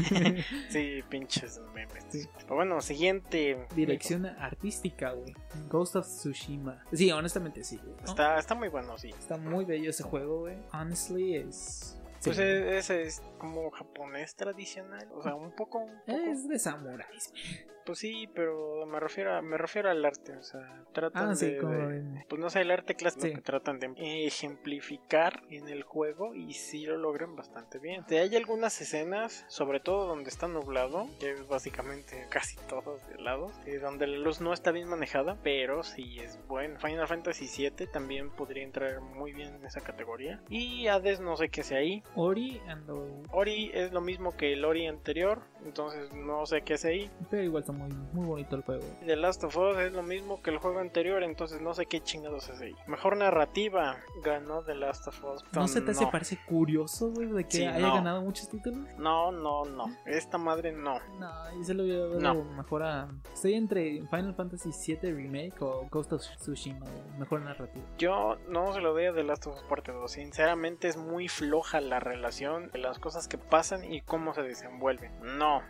[SPEAKER 2] Sí, pinches memes.
[SPEAKER 1] Sí.
[SPEAKER 2] Pero bueno, siguiente.
[SPEAKER 1] Dirección artística, güey. Ghost of Tsushima. Sí, honestamente sí. güey. ¿No?
[SPEAKER 2] Está, está muy bueno, sí.
[SPEAKER 1] Está muy bello ese juego, güey. Honestly, es. sí.
[SPEAKER 2] Pues e- ese es como japonés tradicional. O sea, un poco. un poco-
[SPEAKER 1] Es de samuráis. güey.
[SPEAKER 2] Pues sí, pero me refiero, a- me refiero al arte. O sea, tratan
[SPEAKER 1] Ah, sí,
[SPEAKER 2] de-
[SPEAKER 1] como.
[SPEAKER 2] de,
[SPEAKER 1] en-
[SPEAKER 2] Pues no sé, el arte clásico
[SPEAKER 1] Sí.
[SPEAKER 2] que tratan de ejemplificar en el juego y sí lo logran bastante bien. Te hay algunas escenas, sobre todo donde está nublado, que es básicamente casi todos de lados, eh, donde la luz no está bien manejada, pero sí es bueno. Final Fantasy VII también podría entrar muy bien en esa categoría. Y Hades no sé qué sea ahí.
[SPEAKER 1] Ori and the-
[SPEAKER 2] Ori es lo mismo que el Ori anterior, entonces no sé qué es ahí.
[SPEAKER 1] Pero igual está muy, muy bonito el juego.
[SPEAKER 2] The Last of Us es lo mismo que el juego anterior, entonces no sé qué chingados es ahí. Mejor narrativa ganó The Last of Us.
[SPEAKER 1] ¿No se te hace
[SPEAKER 2] No.
[SPEAKER 1] parece curioso, güey, de que
[SPEAKER 2] Sí,
[SPEAKER 1] haya
[SPEAKER 2] no.
[SPEAKER 1] ganado muchos títulos?
[SPEAKER 2] No, no, no. Esta madre no.
[SPEAKER 1] No, yo se lo hubiera dado
[SPEAKER 2] No.
[SPEAKER 1] mejor a. Estoy entre Final Fantasy VII Remake o Ghost of Tsushima, güey. Mejor narrativa.
[SPEAKER 2] Yo no se lo doy a The Last of Us Parte 2. Sinceramente es muy floja la relación de las cosas que pasan y cómo se desenvuelven. No,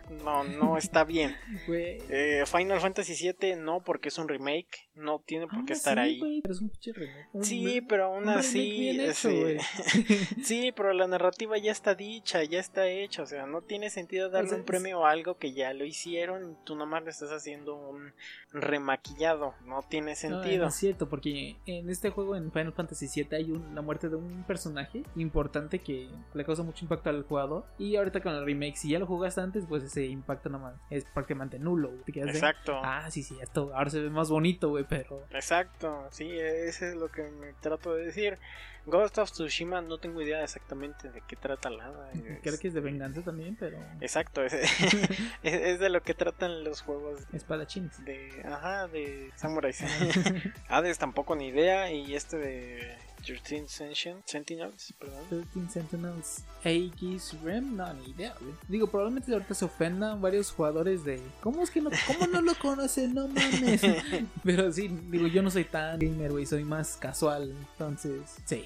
[SPEAKER 2] no, no está bien.
[SPEAKER 1] Güey.
[SPEAKER 2] Eh, Final Fantasy VII no, porque es un remake. No tiene por qué
[SPEAKER 1] Ah,
[SPEAKER 2] estar
[SPEAKER 1] sí,
[SPEAKER 2] ahí.
[SPEAKER 1] güey, pero es un pinche remake. Un-
[SPEAKER 2] Sí, pero aún
[SPEAKER 1] un remake
[SPEAKER 2] así. eh,
[SPEAKER 1] bien hecho,
[SPEAKER 2] sí.
[SPEAKER 1] güey.
[SPEAKER 2] Sí, pero la narrativa ya está dicha, ya está hecha, o sea, no tiene sentido darle
[SPEAKER 1] sea,
[SPEAKER 2] un
[SPEAKER 1] es-
[SPEAKER 2] premio a algo que ya lo hicieron, tú nomás le estás haciendo un remaquillado, no tiene
[SPEAKER 1] No,
[SPEAKER 2] sentido.
[SPEAKER 1] no es cierto, porque en este juego, en Final Fantasy VII, hay un- la muerte de un personaje importante que le causa mucho impacto al jugador. Y ahorita con el remake, si ya lo jugaste antes, pues ese impacto nomás es prácticamente nulo. güey. Te quedas de,
[SPEAKER 2] Exacto.
[SPEAKER 1] Ah, sí, sí, esto ahora se ve más bonito, güey, pero.
[SPEAKER 2] Exacto, sí, ese es lo que me trato de decir. Ghost of Tsushima no tengo idea exactamente de qué trata nada.
[SPEAKER 1] Creo que es de venganza también, pero.
[SPEAKER 2] Exacto, es, es- es de lo que tratan los juegos
[SPEAKER 1] Espadachines.
[SPEAKER 2] de... Ajá, de samuráis. Hades tampoco ni idea y este de 13 Sentient- Sentinels, perdón.
[SPEAKER 1] 13 Sentinels Aegis Rem, no, ni idea, güey. Digo, probablemente ahorita se ofendan varios jugadores de. ¿Cómo es que no, cómo no lo conocen? No mames. Pero sí, digo, yo no soy tan gamer, güey, soy más casual. Entonces, sí.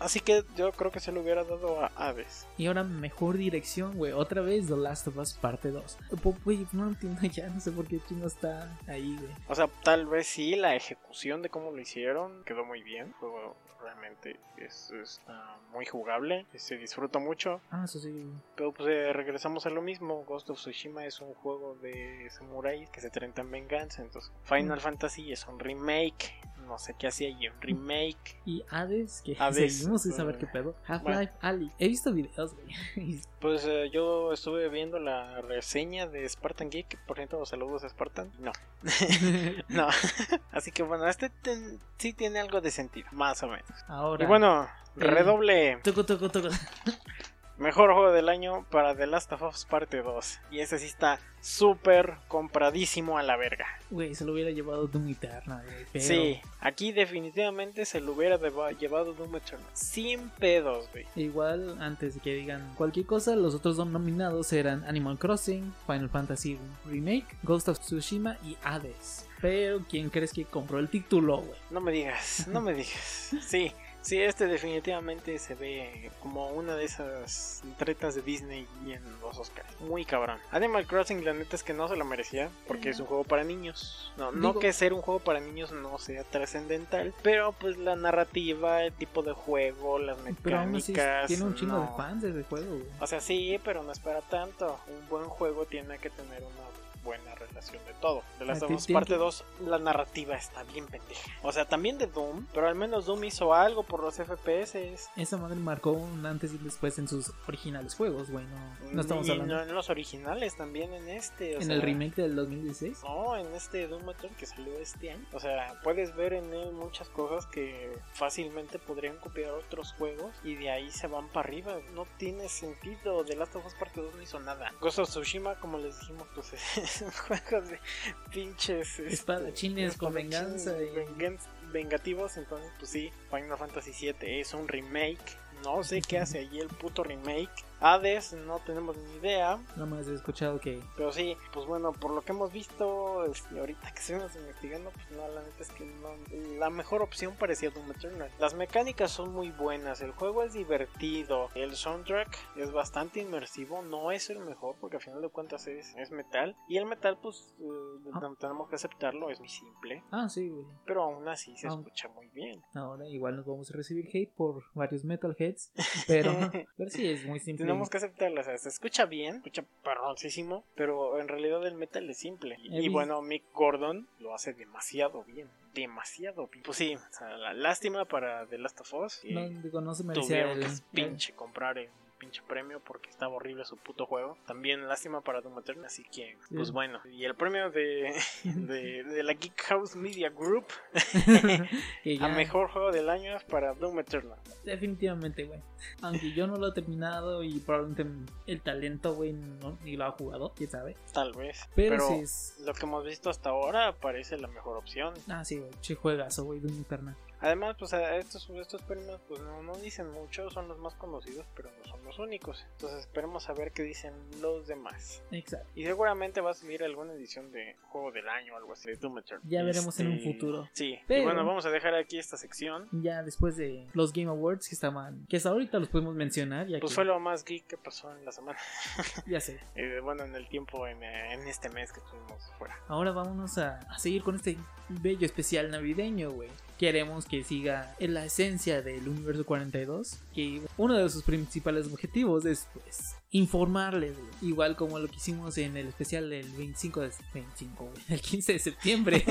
[SPEAKER 2] Así que yo creo que se lo hubiera dado a Hades.
[SPEAKER 1] Y ahora mejor dirección, güey. Otra vez The Last of Us parte 2. Po- Güey, no entiendo ya, no sé por qué no está ahí, güey.
[SPEAKER 2] O sea, tal vez sí, la ejecución de cómo lo hicieron quedó muy bien. El juego realmente es, está muy jugable, se disfruta mucho.
[SPEAKER 1] Ah, eso sí, güey.
[SPEAKER 2] Pero pues eh, regresamos a lo mismo. Ghost of Tsushima es un juego de samuráis que se trata en venganza. Entonces, Final
[SPEAKER 1] Mm.
[SPEAKER 2] Fantasy es un remake. No sé qué hacía ahí, un remake.
[SPEAKER 1] Y Hades, que
[SPEAKER 2] Hades,
[SPEAKER 1] seguimos sin saber
[SPEAKER 2] eh,
[SPEAKER 1] qué pedo. Half-Life Ali. He visto videos, güey. Y
[SPEAKER 2] Pues eh, yo estuve viendo la reseña de Spartan Geek. Por cierto, saludos a Spartan. No, no. Así que bueno, este ten- sí tiene algo de sentido, más o menos.
[SPEAKER 1] Ahora.
[SPEAKER 2] Y bueno,
[SPEAKER 1] Eh.
[SPEAKER 2] redoble.
[SPEAKER 1] Toco, toco, toco.
[SPEAKER 2] Mejor juego del año para The Last of Us Parte 2. Y ese sí está súper compradísimo a la verga.
[SPEAKER 1] Güey, se lo hubiera llevado Doom Eterna, güey. Pero...
[SPEAKER 2] Sí, aquí definitivamente se lo hubiera deba- llevado Doom Eternal. Sin pedos, güey.
[SPEAKER 1] Igual, antes de que digan cualquier cosa, los otros dos nominados eran Animal Crossing, Final Fantasy Remake, Ghost of Tsushima y Hades. Pero, ¿quién crees que compró el título, güey?
[SPEAKER 2] No me digas, no me digas. Sí, sí, este definitivamente se ve como una de esas tretas de Disney en los Oscars. Muy cabrón. Animal Crossing, la neta es que no se lo merecía porque es un juego para niños. No, no
[SPEAKER 1] Digo-
[SPEAKER 2] que ser un juego para niños no sea trascendental, pero pues la narrativa, el tipo de juego, las mecánicas.
[SPEAKER 1] Pero aún así tiene un chingo de
[SPEAKER 2] no.
[SPEAKER 1] fans ese juego, güey.
[SPEAKER 2] O sea, sí, pero no es para tanto. Un buen juego tiene que tener una buena relación de todo. De las
[SPEAKER 1] Ah, ti-
[SPEAKER 2] dos,
[SPEAKER 1] tiene
[SPEAKER 2] parte
[SPEAKER 1] que-
[SPEAKER 2] 2, la narrativa está bien pendeja. O sea, también de Doom, pero al menos Doom hizo algo por los FPS.
[SPEAKER 1] Esa madre marcó un antes y un después en sus originales juegos, güey. No, no estamos
[SPEAKER 2] Y
[SPEAKER 1] hablando.
[SPEAKER 2] no en los originales, también en este. o
[SPEAKER 1] en
[SPEAKER 2] sea,
[SPEAKER 1] el remake del 2016.
[SPEAKER 2] No, en este Doom Eternal que salió este año. O sea, puedes ver en él muchas cosas que fácilmente podrían copiar otros juegos y de ahí se van para arriba. No tiene sentido. The Last of Us Parte 2 no hizo nada. Ghost of Tsushima, como les dijimos, pues es un juego de pinches este,
[SPEAKER 1] Espadachines con
[SPEAKER 2] espadachines
[SPEAKER 1] venganza y-
[SPEAKER 2] vengan- vengativos. Entonces, pues sí, Final Fantasy 7 es un remake. No sé qué hace ahí el puto remake. Hades, no tenemos ni idea.
[SPEAKER 1] No más he escuchado que.
[SPEAKER 2] Pero sí, pues bueno, por lo que hemos visto, este, ahorita que estuvimos investigando, pues no, la neta es que no- la mejor opción parecía Doom Eternal. Las mecánicas son muy buenas, el juego es divertido, el soundtrack es bastante inmersivo, no es el mejor porque al final de cuentas es, es metal. Y el metal, pues eh,
[SPEAKER 1] Ah.
[SPEAKER 2] tenemos que aceptarlo, es muy simple,
[SPEAKER 1] Ah, sí, güey.
[SPEAKER 2] pero aún así se
[SPEAKER 1] Ah.
[SPEAKER 2] escucha muy bien.
[SPEAKER 1] Ahora igual nos vamos a recibir hate por varios metalheads. Pero, pero sí, es muy simple.
[SPEAKER 2] Tenemos que aceptarla, o sea, se escucha bien, se escucha perroncísimo, pero en realidad el metal es simple.
[SPEAKER 1] He
[SPEAKER 2] Y, y
[SPEAKER 1] vis-
[SPEAKER 2] bueno, Mick Gordon lo hace demasiado bien, demasiado bien. Pues sí, o sea, la lástima para The Last of Us. que
[SPEAKER 1] No, digo, no se merecía
[SPEAKER 2] tuvieron
[SPEAKER 1] el,
[SPEAKER 2] que
[SPEAKER 1] el-
[SPEAKER 2] pinche comprar el pinche premio porque estaba horrible su puto juego. También lástima para Doom Eternal, así que, pues
[SPEAKER 1] Sí.
[SPEAKER 2] bueno. Y el premio de, de, de la Geek House Media Group
[SPEAKER 1] que
[SPEAKER 2] a
[SPEAKER 1] ya-
[SPEAKER 2] mejor juego del año es para Doom Eternal.
[SPEAKER 1] Definitivamente, güey. Aunque yo no lo he terminado y probablemente el talento, güey, no, ni lo ha jugado, quién sabe.
[SPEAKER 2] Tal vez.
[SPEAKER 1] Pero,
[SPEAKER 2] Pero,
[SPEAKER 1] sí es.
[SPEAKER 2] lo que hemos visto hasta ahora parece la mejor opción.
[SPEAKER 1] Ah, sí, güey. Che juegazo, güey, de un internet.
[SPEAKER 2] Además, pues a estos, estos premios pues no, no dicen mucho, son los más conocidos, pero no son los únicos. Entonces esperemos a ver qué dicen los demás.
[SPEAKER 1] Exacto.
[SPEAKER 2] Y seguramente va a salir alguna edición de Juego del Año o algo así de Doom Eternal.
[SPEAKER 1] Ya veremos en un
[SPEAKER 2] Este,
[SPEAKER 1] futuro.
[SPEAKER 2] Sí, y
[SPEAKER 1] Pero-
[SPEAKER 2] bueno, vamos a dejar aquí esta sección.
[SPEAKER 1] Ya después de los Game Awards que estaban. Que hasta ahorita los pudimos mencionar. Ya,
[SPEAKER 2] Pues
[SPEAKER 1] que-
[SPEAKER 2] fue lo más geek que pasó en la semana.
[SPEAKER 1] ya sé.
[SPEAKER 2] Eh, bueno, en el tiempo, en, eh, en este mes que estuvimos fuera.
[SPEAKER 1] Ahora vámonos a, a seguir con este bello especial navideño, güey. Queremos que siga en la esencia del universo 42, que uno de sus principales objetivos es pues informarles, güey. igual como lo que hicimos en el especial del 25 de 25, güey, el 15 de septiembre.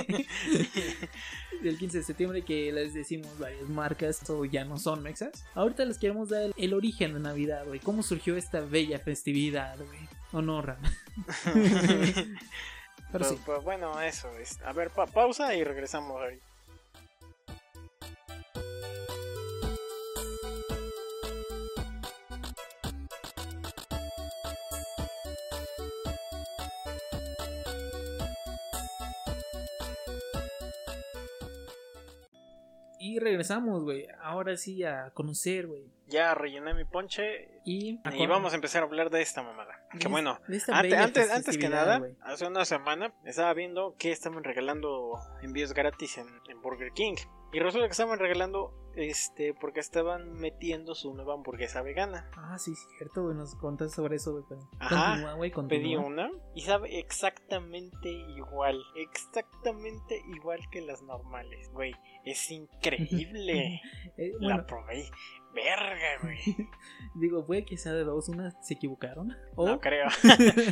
[SPEAKER 1] del 15 de septiembre que les decimos varias marcas o ya no son mexas. Ahorita les queremos dar el, el origen de Navidad, güey, cómo surgió esta bella festividad, güey. ¿O no, Ram? Pero sí.
[SPEAKER 2] pues bueno, eso es. A ver, pa- pausa y regresamos ahí.
[SPEAKER 1] Y regresamos, güey. Ahora sí a conocer, güey.
[SPEAKER 2] Ya rellené mi ponche
[SPEAKER 1] Y,
[SPEAKER 2] y vamos a empezar a hablar de esta mamada. Que bueno,
[SPEAKER 1] De esta
[SPEAKER 2] Ante-
[SPEAKER 1] bella
[SPEAKER 2] antes, antes que
[SPEAKER 1] festividad,
[SPEAKER 2] nada,
[SPEAKER 1] güey.
[SPEAKER 2] hace una semana estaba viendo que estaban regalando envíos gratis en, en Burger King. Y resulta que estaban regalando este porque estaban metiendo su nueva hamburguesa vegana.
[SPEAKER 1] Ah, sí, cierto, güey. Nos contaste sobre eso, güey. pero
[SPEAKER 2] Ajá.
[SPEAKER 1] Continúa, güey. Continúa.
[SPEAKER 2] Pedí una y sabe exactamente igual. Exactamente igual que las normales, güey. Es increíble.
[SPEAKER 1] Eh,
[SPEAKER 2] La
[SPEAKER 1] bueno,
[SPEAKER 2] probé. Verga, güey.
[SPEAKER 1] digo, puede que sea de dos. Una se equivocaron. O,
[SPEAKER 2] No creo.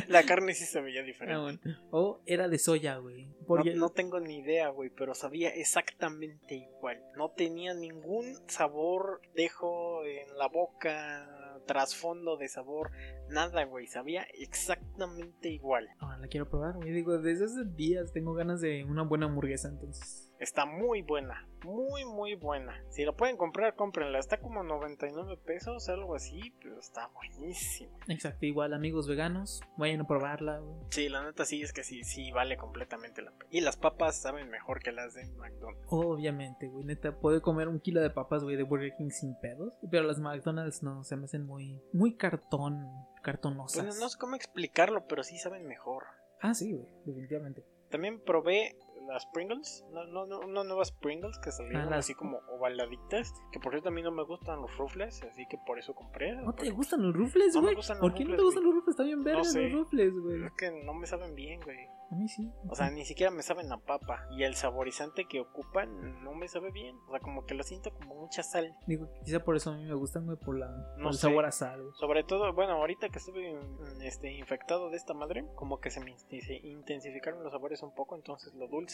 [SPEAKER 2] La carne sí se veía diferente.
[SPEAKER 1] Ah, bueno. o era de soya, güey. Porque
[SPEAKER 2] No, no tengo ni idea, güey, pero sabía exactamente igual. No tenía ningún sabor, dejo en la boca, trasfondo de sabor, nada, güey. Sabía exactamente igual.
[SPEAKER 1] Ahora Ah, la quiero probar, güey. Digo, desde hace días tengo ganas de una buena hamburguesa, entonces.
[SPEAKER 2] Está muy buena, muy, muy buena. Si la pueden comprar, cómprenla. Está como 99 pesos, algo así, pero está buenísima.
[SPEAKER 1] Exacto, igual, amigos veganos, vayan a probarla, güey.
[SPEAKER 2] Sí, la neta sí es que sí, sí vale completamente la pena. Y las papas saben mejor que las de McDonald's.
[SPEAKER 1] Obviamente, güey, neta, puedo comer un kilo de papas, güey, de Burger King sin pedos. Pero las McDonald's no, se me hacen muy, muy cartón, cartonosas.
[SPEAKER 2] Bueno, no sé cómo explicarlo, pero sí saben mejor.
[SPEAKER 1] Ah, sí, güey, definitivamente.
[SPEAKER 2] También probé las Pringles, no, no, no, unas nuevas Pringles que salieron
[SPEAKER 1] Ah, las-
[SPEAKER 2] así como ovaladitas, que por cierto a mí no me gustan los rufles, así que por eso compré.
[SPEAKER 1] ¿No te
[SPEAKER 2] porque-
[SPEAKER 1] gustan los rufles,
[SPEAKER 2] No me
[SPEAKER 1] güey?
[SPEAKER 2] gustan los
[SPEAKER 1] ¿Por qué no te
[SPEAKER 2] rufles,
[SPEAKER 1] gustan
[SPEAKER 2] güey.
[SPEAKER 1] los rufles? Están bien verdes
[SPEAKER 2] sé.
[SPEAKER 1] los rufles, güey.
[SPEAKER 2] Es que no me saben bien, güey.
[SPEAKER 1] A mí sí.
[SPEAKER 2] O sea, ni siquiera me saben a papa. Y el saborizante que ocupan no me sabe bien. O sea, como que lo siento como mucha sal.
[SPEAKER 1] Digo, quizá por eso a mí me gustan, güey, por, la, por
[SPEAKER 2] No
[SPEAKER 1] el
[SPEAKER 2] sé.
[SPEAKER 1] sabor a sal, güey.
[SPEAKER 2] Sobre todo, bueno, ahorita que estuve mm, este, infectado de esta madre, como que se me insti- se intensificaron los sabores un poco, entonces lo dulce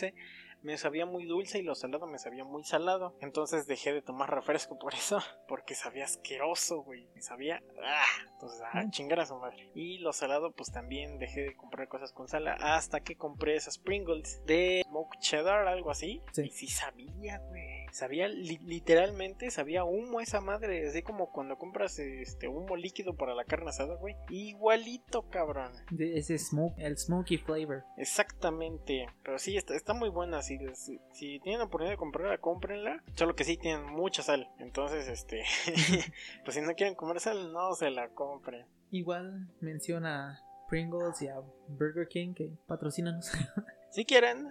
[SPEAKER 2] me sabía muy dulce y lo salado me sabía muy salado. Entonces dejé de tomar refresco por eso, porque sabía asqueroso, güey. Me sabía... ¡ah! Entonces, ah,
[SPEAKER 1] Mm.
[SPEAKER 2] chingar a su madre. Y lo salado, pues también dejé de comprar cosas con sal hasta que compré esas Pringles de smoke cheddar, algo así.
[SPEAKER 1] Sí.
[SPEAKER 2] Y sí sabía, güey. Sabía, li- literalmente, sabía humo esa madre. Así como cuando compras este humo líquido para la carne asada, güey. Igualito, cabrón.
[SPEAKER 1] De Ese smoke, el smoky flavor.
[SPEAKER 2] Exactamente. Pero sí, está, está muy buena. Si, si, si tienen la oportunidad de comprarla, cómprenla. Solo que sí tienen mucha sal. Entonces, este. pues si no quieren comer sal, no se la compren.
[SPEAKER 1] Igual menciona a Pringles y a Burger King que patrocínanos
[SPEAKER 2] Si quieren.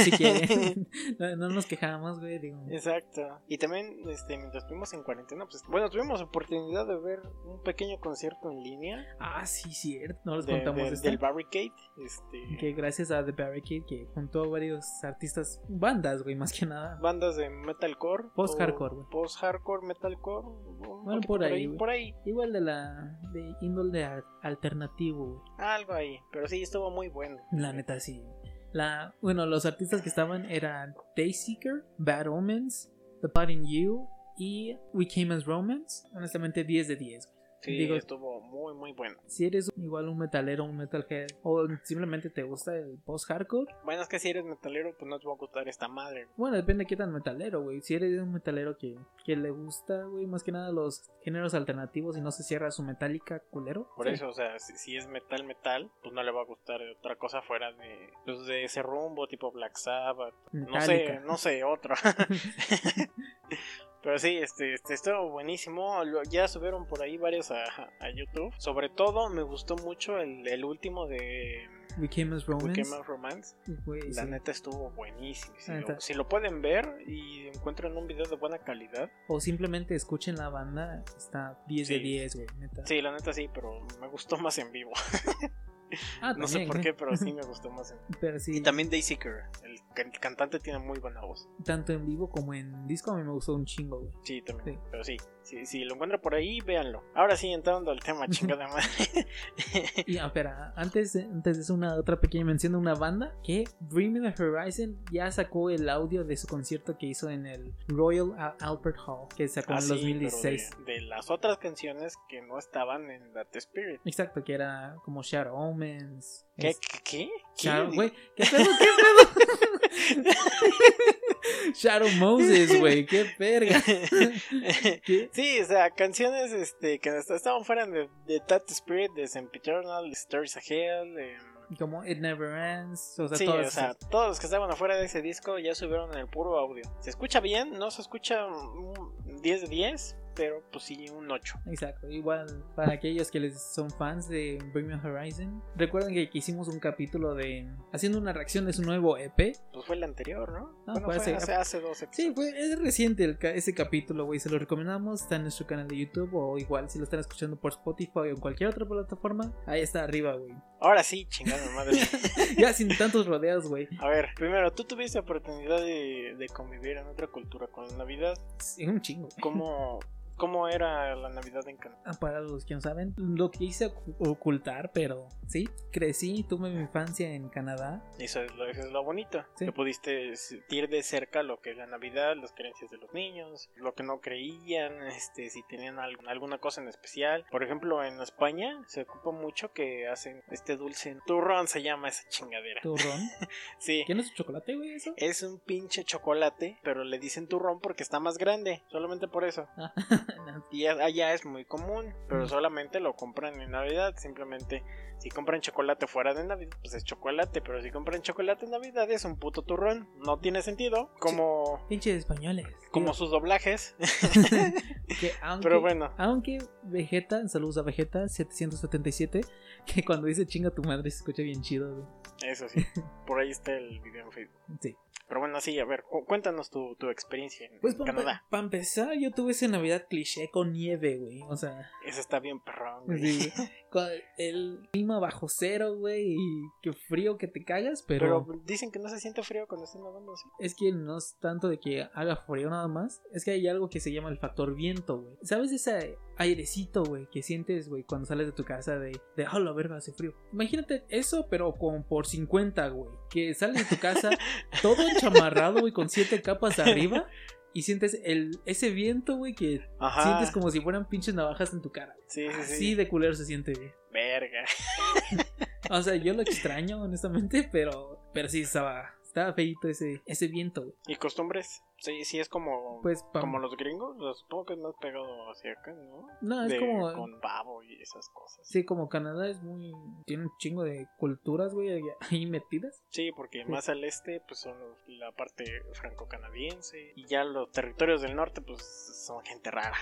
[SPEAKER 1] si quieren. No, no nos quejamos, güey. Digo,
[SPEAKER 2] Exacto. Y también, este, mientras estuvimos en cuarentena, pues, bueno, tuvimos oportunidad de ver un pequeño concierto en línea
[SPEAKER 1] ah, sí, cierto. No les
[SPEAKER 2] de-
[SPEAKER 1] contamos
[SPEAKER 2] de-
[SPEAKER 1] esto.
[SPEAKER 2] del Barricade. Este,
[SPEAKER 1] Que gracias a The Barricade que juntó a varios artistas, bandas, güey, más que nada.
[SPEAKER 2] Bandas de metalcore.
[SPEAKER 1] Post-hardcore,
[SPEAKER 2] o
[SPEAKER 1] güey.
[SPEAKER 2] Post-hardcore, metalcore. un poquito
[SPEAKER 1] por ahí, güey.
[SPEAKER 2] Por ahí.
[SPEAKER 1] Igual de la de índole de al- alternativo, güey.
[SPEAKER 2] Algo ahí. Pero sí, estuvo muy bueno.
[SPEAKER 1] La neta, sí. La, bueno, los artistas que estaban eran Dayseeker, Bad Omens, The Part in You y We Came as Romans. Honestamente, 10 de 10, güey.
[SPEAKER 2] Sí,
[SPEAKER 1] digo-
[SPEAKER 2] estuvo muy, muy bueno.
[SPEAKER 1] Si eres igual un metalero, un metalhead, o simplemente te gusta el post-hardcore,
[SPEAKER 2] Bueno, es que si eres metalero, pues no te va a gustar esta madre.
[SPEAKER 1] Bueno, depende de qué tan metalero, güey. Si eres un metalero que, que le gusta, güey, más que nada los géneros alternativos y no se cierra su metálica culero.
[SPEAKER 2] Por
[SPEAKER 1] sí.
[SPEAKER 2] eso, o sea, si, si es metal, metal, pues no le va a gustar otra cosa fuera de, pues, de ese rumbo, tipo Black Sabbath. No sé,
[SPEAKER 1] Metallica.
[SPEAKER 2] no sé, otro. Pero sí, este, este estuvo buenísimo. Lo- Ya subieron por ahí varios a, a YouTube. Sobre todo me gustó mucho el, el último de
[SPEAKER 1] We Came as Romans.
[SPEAKER 2] Pokémon Romance.
[SPEAKER 1] Güey,
[SPEAKER 2] La
[SPEAKER 1] sí.
[SPEAKER 2] neta estuvo buenísimo. Si
[SPEAKER 1] La
[SPEAKER 2] lo,
[SPEAKER 1] neta.
[SPEAKER 2] si lo pueden ver y encuentran un video de buena calidad.
[SPEAKER 1] O simplemente escuchen la banda, está 10 de
[SPEAKER 2] Sí.
[SPEAKER 1] 10, güey, neta.
[SPEAKER 2] Sí, la neta sí, pero me gustó más en vivo.
[SPEAKER 1] Ah,
[SPEAKER 2] No sé
[SPEAKER 1] también,
[SPEAKER 2] por
[SPEAKER 1] ¿eh?
[SPEAKER 2] qué, pero sí me gustó más en vivo.
[SPEAKER 1] Pero sí,
[SPEAKER 2] Y también Dayseeker. El, can- el cantante tiene muy buena voz.
[SPEAKER 1] tanto en vivo como en disco a mí me gustó un chingo, güey.
[SPEAKER 2] Sí, también.
[SPEAKER 1] Sí.
[SPEAKER 2] Pero sí, si si lo encuentran por ahí, véanlo. Ahora sí, entrando al tema, chingada madre.
[SPEAKER 1] Y, ah, espera, antes, antes de eso, una otra pequeña mención de una banda que Bring Me the Horizon ya sacó el audio de su concierto que hizo en el Royal Al- Albert Hall, que sacó en
[SPEAKER 2] Ah,
[SPEAKER 1] el
[SPEAKER 2] sí,
[SPEAKER 1] 2016.
[SPEAKER 2] pero De, de las otras canciones que no estaban en That Spirit.
[SPEAKER 1] Exacto, que era como Shadow Omens.
[SPEAKER 2] ¿Qué?
[SPEAKER 1] es-
[SPEAKER 2] ¿Qué? qué?
[SPEAKER 1] Sharon, güey. ¿Qué pedo? ¿Qué pedo? Sharon Moses, güey. Qué verga. ¿Qué?
[SPEAKER 2] Sí, o sea, canciones este, que hasta estaban fuera de, de Tat Spirit, de Semp Eternal, de Stories of Hell. eh,
[SPEAKER 1] Como It Never Ends. O sea,
[SPEAKER 2] sí,
[SPEAKER 1] todas
[SPEAKER 2] o sea,
[SPEAKER 1] esas.
[SPEAKER 2] todos los que estaban afuera de ese disco ya subieron en el puro audio. Se escucha bien, no se escucha un 10 de 10, pero pues sí, un 8.
[SPEAKER 1] Exacto, igual para aquellos que les son fans de Bring Me Horizon, recuerden que aquí hicimos un capítulo de haciendo una reacción de su nuevo E EP.
[SPEAKER 2] Pues fue el anterior, ¿no?
[SPEAKER 1] No,
[SPEAKER 2] bueno,
[SPEAKER 1] fue hace-
[SPEAKER 2] fue hace, hace dos
[SPEAKER 1] Sí,
[SPEAKER 2] episodios.
[SPEAKER 1] fue, es reciente el ca- ese capítulo, güey, se lo recomendamos, está en nuestro canal de YouTube o igual si lo están escuchando por Spotify o en cualquier otra plataforma, ahí está arriba, güey.
[SPEAKER 2] Ahora sí, chingada madre.
[SPEAKER 1] Ya sin tantos rodeos, güey.
[SPEAKER 2] A ver, primero, tú tuviste oportunidad de, de convivir en otra cultura con la Navidad.
[SPEAKER 1] Es un chingo. güey.
[SPEAKER 2] ¿Cómo, cómo era la Navidad en Canadá?
[SPEAKER 1] Ah, Para los que no saben, lo quise ocu- ocultar, pero sí, crecí, tuve mi infancia en Canadá.
[SPEAKER 2] Eso es lo, eso es lo bonito.
[SPEAKER 1] Sí.
[SPEAKER 2] Que pudiste sentir de cerca lo que es la Navidad, las creencias de los niños, lo que no creían, este, si tenían algo- alguna cosa en especial. Por ejemplo, en España se ocupa mucho que hacen este dulce turrón, se llama esa chingadera.
[SPEAKER 1] Turrón.
[SPEAKER 2] Sí.
[SPEAKER 1] ¿Quién es su chocolate, güey, eso?
[SPEAKER 2] Es un pinche chocolate, pero le dicen turrón porque está más grande, solamente por eso.
[SPEAKER 1] Ah, no.
[SPEAKER 2] Y a- allá es muy común, pero
[SPEAKER 1] Mm.
[SPEAKER 2] solamente lo compran en Navidad. Simplemente, si compran chocolate fuera de Navidad, pues es chocolate. Pero si compran chocolate en Navidad, es un puto turrón. No tiene sentido. Como,
[SPEAKER 1] Pinches españoles.
[SPEAKER 2] como sus doblajes.
[SPEAKER 1] Que aunque,
[SPEAKER 2] Pero bueno.
[SPEAKER 1] Aunque Vegeta, saludos a Vegeta 777, que cuando dice chinga tu madre se escucha bien chido, güey.
[SPEAKER 2] Eso sí. Por ahí está el video en Facebook.
[SPEAKER 1] Sí.
[SPEAKER 2] Pero bueno, sí, a ver, cu- cuéntanos tu, tu experiencia en
[SPEAKER 1] Pues
[SPEAKER 2] en
[SPEAKER 1] para
[SPEAKER 2] Canadá.
[SPEAKER 1] empezar, yo tuve esa Navidad cliché con nieve, güey. O sea,
[SPEAKER 2] Eso está bien perrón. güey.
[SPEAKER 1] sí, güey. Con el clima bajo cero, güey, y qué frío que te cagas,
[SPEAKER 2] Pero dicen que no se siente frío cuando estén nadando. ¿sí?
[SPEAKER 1] es que no es tanto de que haga frío nada más, es que hay algo que se llama el factor viento, güey. ¿Sabes ese airecito, güey, que sientes, güey, cuando sales de tu casa de, de, oh, la verga, hace frío? Imagínate eso, pero con por 50, güey, que sales de tu casa todo enchamarrado, güey, con siete capas arriba. Y sientes el, ese viento, güey, que
[SPEAKER 2] Ajá.
[SPEAKER 1] sientes como si fueran pinches navajas en tu cara.
[SPEAKER 2] Ah. Sí, sí, sí.
[SPEAKER 1] Así de culero se siente, güey.
[SPEAKER 2] Verga.
[SPEAKER 1] O sea, yo lo extraño, honestamente, pero, pero sí estaba, estaba feito ese, ese viento, güey.
[SPEAKER 2] ¿Y costumbres? Sí, sí, es como.
[SPEAKER 1] Pues, pa-
[SPEAKER 2] Como los gringos, los supongo que es más pegado hacia acá, ¿no?
[SPEAKER 1] No, es
[SPEAKER 2] De-
[SPEAKER 1] como.
[SPEAKER 2] Con babo y esas cosas. Sí,
[SPEAKER 1] Sí, como Canadá es muy. Tiene un chingo de culturas, güey, ahí- ahí metidas.
[SPEAKER 2] porque más al este, pues son los- la parte franco-canadiense. Y ya los territorios del norte, pues son gente rara.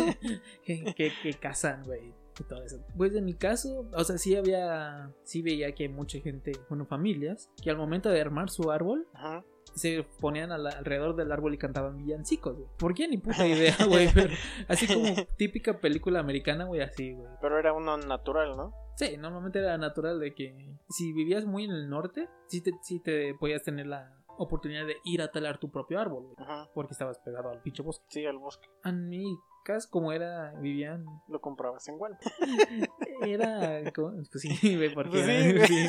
[SPEAKER 1] que, que, que cazan, güey. Y todo eso. Pues en mi caso, o sea, sí había. Sí veía que mucha gente, bueno, familias, que al momento de armar su árbol,
[SPEAKER 2] Ajá.
[SPEAKER 1] se ponían a la- alrededor del árbol y cantaban villancicos, güey. ¿Por qué? Ni puta idea, güey. pero Así como típica película americana, güey, así, güey.
[SPEAKER 2] Pero era uno natural, ¿no?
[SPEAKER 1] Sí, normalmente era natural de que si vivías muy en el norte, sí te, sí te podías tener la oportunidad de ir a talar tu propio árbol, güey.
[SPEAKER 2] Ajá.
[SPEAKER 1] porque estabas pegado al pinche bosque.
[SPEAKER 2] Sí, al bosque.
[SPEAKER 1] En mi caso, como era, vivían.
[SPEAKER 2] Lo comprabas en Walmart.
[SPEAKER 1] Era. como- Pues sí, güey, porque
[SPEAKER 2] Pues sí,
[SPEAKER 1] era,
[SPEAKER 2] güey.
[SPEAKER 1] sí.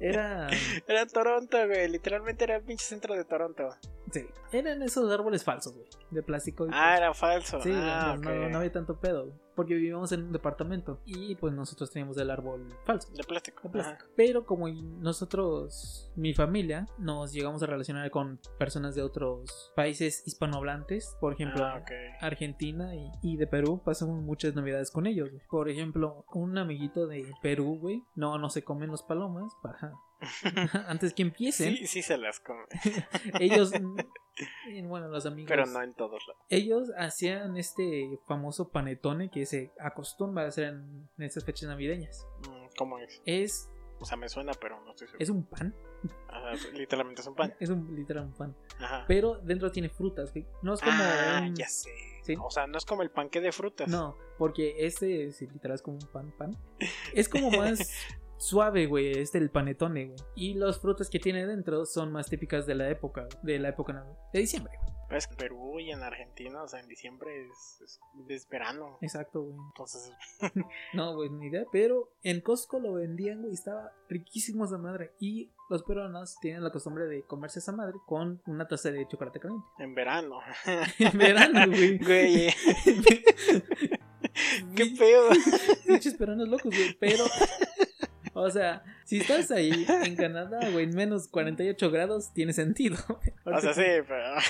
[SPEAKER 1] Era.
[SPEAKER 2] Era Toronto, güey. Literalmente era el pinche centro de Toronto.
[SPEAKER 1] Sí, eran esos árboles falsos, güey, de plástico. y- pues,
[SPEAKER 2] Ah, era falso.
[SPEAKER 1] Sí,
[SPEAKER 2] ah,
[SPEAKER 1] no, no-
[SPEAKER 2] ok.
[SPEAKER 1] no había tanto pedo, güey, porque vivíamos en un departamento y pues nosotros teníamos el árbol falso.
[SPEAKER 2] De plástico.
[SPEAKER 1] de plástico. Pero como nosotros, mi familia, nos llegamos a relacionar con personas de otros países hispanohablantes, por ejemplo,
[SPEAKER 2] Ajá. Ah, ok.
[SPEAKER 1] Argentina y, y de Perú pasamos muchas navidades con ellos. güey. Por ejemplo, un amiguito de Perú, güey, no, no se comen los palomas para antes que empiecen.
[SPEAKER 2] Sí, sí se las come.
[SPEAKER 1] Ellos, mm, bueno, los amigos,
[SPEAKER 2] Pero no en todos lados.
[SPEAKER 1] ellos hacían este famoso panetone que se acostumbra a hacer en, en estas fechas navideñas.
[SPEAKER 2] Mm, ¿Cómo es?
[SPEAKER 1] Es,
[SPEAKER 2] O sea, me suena, pero no estoy seguro.
[SPEAKER 1] es un pan,
[SPEAKER 2] Ajá, pues, literalmente es un pan.
[SPEAKER 1] es un literal un pan,
[SPEAKER 2] Ajá.
[SPEAKER 1] pero dentro tiene frutas. güey. No es como
[SPEAKER 2] ah,
[SPEAKER 1] un-
[SPEAKER 2] ya sé.
[SPEAKER 1] ¿Sí?
[SPEAKER 2] O sea, no es como el panque de frutas.
[SPEAKER 1] No, porque este es literal es como un pan, pan. Es como más suave, güey, este el panetone, güey. Y las frutas que tiene dentro son más típicas de la época, güey, de la época nav- de diciembre. güey.
[SPEAKER 2] Es que en Perú y en Argentina, o sea, en diciembre es, es, es verano.
[SPEAKER 1] Exacto, güey.
[SPEAKER 2] Entonces,
[SPEAKER 1] No, güey, ni idea. Pero en Costco lo vendían, güey, estaba riquísimo esa madre. Y los peruanos tienen la costumbre de comerse esa madre con una taza de chocolate caliente.
[SPEAKER 2] en verano.
[SPEAKER 1] En verano, güey.
[SPEAKER 2] Güey, eh,
[SPEAKER 1] Qué
[SPEAKER 2] qué pedo.
[SPEAKER 1] Pinches peruanos locos, güey. Pero. O sea, si estás ahí en Canadá, güey, en menos 48 grados, tiene sentido.
[SPEAKER 2] O sea, sí,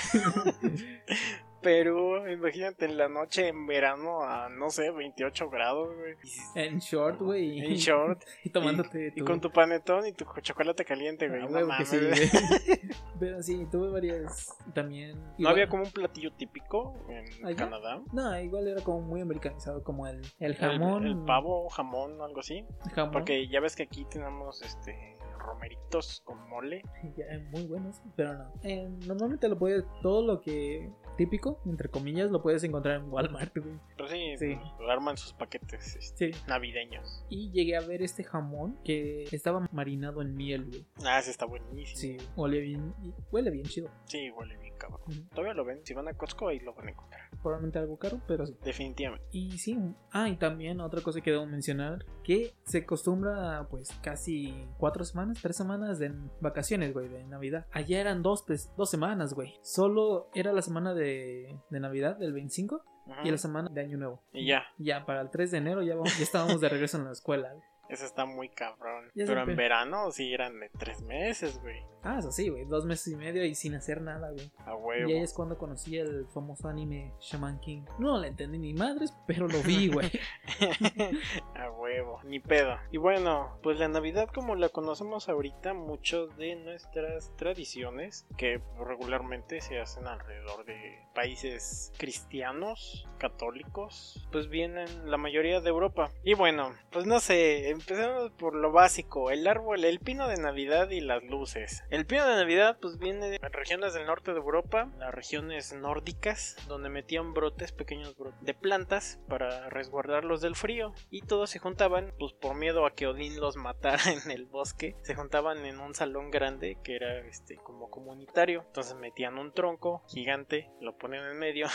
[SPEAKER 2] pero. Perú, imagínate en la noche en verano a no sé, 28 grados, güey.
[SPEAKER 1] En short, güey.
[SPEAKER 2] En short.
[SPEAKER 1] Y tomándote.
[SPEAKER 2] Y con tu panetón y tu chocolate caliente, güey.
[SPEAKER 1] Ah,
[SPEAKER 2] no
[SPEAKER 1] huevo que
[SPEAKER 2] mames,
[SPEAKER 1] sí,
[SPEAKER 2] güey.
[SPEAKER 1] güey. Pero sí, tuve varias también.
[SPEAKER 2] ¿No
[SPEAKER 1] Igual-
[SPEAKER 2] había como un platillo típico en
[SPEAKER 1] ¿Allá?
[SPEAKER 2] Canadá?
[SPEAKER 1] No, igual era como muy americanizado, como el, el
[SPEAKER 2] El-
[SPEAKER 1] jamón.
[SPEAKER 2] El, pavo, jamón, algo así.
[SPEAKER 1] Jamón.
[SPEAKER 2] Porque ya ves que aquí tenemos este romeritos con mole.
[SPEAKER 1] Ya, eh, muy buenos, pero no. Eh, normalmente lo puedes, todo lo que típico, entre comillas, lo puedes encontrar en Walmart, güey.
[SPEAKER 2] Pero sí,
[SPEAKER 1] Sí.
[SPEAKER 2] pues, arman sus paquetes este,
[SPEAKER 1] Sí.
[SPEAKER 2] navideños.
[SPEAKER 1] Y llegué a ver este jamón que estaba marinado en miel, güey.
[SPEAKER 2] Ah, ese está buenísimo.
[SPEAKER 1] Sí, huele bien, y huele bien chido.
[SPEAKER 2] Sí, huele bien cabrón.
[SPEAKER 1] Ujú.
[SPEAKER 2] Todavía lo ven. Si van a Costco, ahí lo van a encontrar.
[SPEAKER 1] Probablemente algo caro, pero sí.
[SPEAKER 2] Definitivamente.
[SPEAKER 1] Y sí, ah, y también otra cosa que debo mencionar, que se acostumbra pues casi cuatro semanas, tres semanas de vacaciones, güey, de Navidad. Allá eran dos, pues, dos semanas, güey. Solo era la semana de, de Navidad, del 25,
[SPEAKER 2] Ujú.
[SPEAKER 1] y la semana de Año Nuevo.
[SPEAKER 2] Y ya,
[SPEAKER 1] Ya, para el 3 de enero ya, vamos- ya estábamos de regreso en la escuela. güey.
[SPEAKER 2] Eso está muy cabrón.
[SPEAKER 1] Ya
[SPEAKER 2] Pero
[SPEAKER 1] supe.
[SPEAKER 2] en verano sí eran de tres meses, güey.
[SPEAKER 1] Ah, eso sí, güey, dos meses y medio y sin hacer nada, güey. Y
[SPEAKER 2] A
[SPEAKER 1] ahí
[SPEAKER 2] huevo.
[SPEAKER 1] es cuando conocí el famoso anime Shaman King. No le entendí ni madres, pero lo vi, güey.
[SPEAKER 2] A huevo. Ni pedo. Y bueno, pues la Navidad como la conocemos ahorita, muchas de nuestras tradiciones que regularmente se hacen alrededor de países cristianos, católicos, pues vienen la mayoría de Europa. Y bueno, pues no sé, empecemos por lo básico, el árbol, el pino de Navidad y las luces. El pino de Navidad pues viene de regiones del norte de Europa, las regiones nórdicas, donde metían brotes, pequeños brotes de plantas para resguardarlos del frío y todos se juntaban, pues por miedo a que Odín los matara en el bosque, se juntaban en un salón grande que era este como comunitario, entonces metían un tronco gigante, lo ponían en medio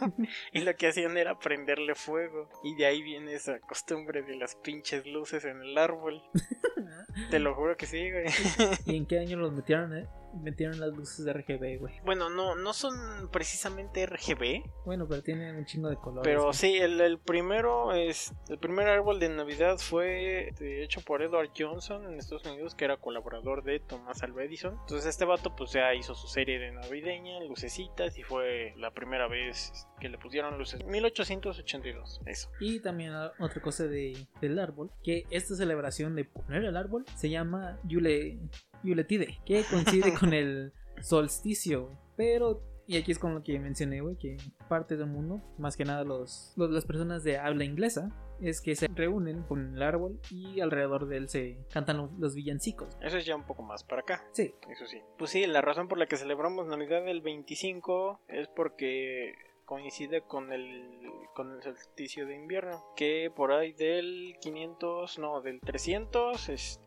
[SPEAKER 2] y lo que hacían era prenderle fuego. Y de ahí viene esa costumbre de las pinches luces en el árbol. Te lo juro que sí, güey.
[SPEAKER 1] ¿Y en qué año los metieron, eh? Metieron las luces de RGB, güey.
[SPEAKER 2] Bueno, no, no son precisamente RGB,
[SPEAKER 1] Bueno, pero tiene un chingo de colores.
[SPEAKER 2] pero
[SPEAKER 1] güey.
[SPEAKER 2] sí, el, el primero es. El primer árbol de Navidad fue este, hecho por Edward Johnson en Estados Unidos, que era colaborador de Thomas Alva Edison. Entonces, este vato, pues ya hizo su serie de navideña, lucecitas, y fue la primera vez este, que le pusieron luces. 1882, eso.
[SPEAKER 1] Y también ah, otra cosa de, del árbol, que esta celebración de poner el árbol se llama Yule, Yuletide, que coincide con el solsticio, güey. Pero, y aquí es con lo que mencioné, güey, que parte del mundo, más que nada los, los- las personas de habla inglesa, es que se reúnen con el árbol y alrededor de él se cantan los, los villancicos.
[SPEAKER 2] Eso es ya un poco más para acá.
[SPEAKER 1] Sí,
[SPEAKER 2] Eso sí. Pues sí, la razón por la que celebramos Navidad el 25 es porque coincide con el con el solsticio de invierno, que por ahí del 500, no, del 300, es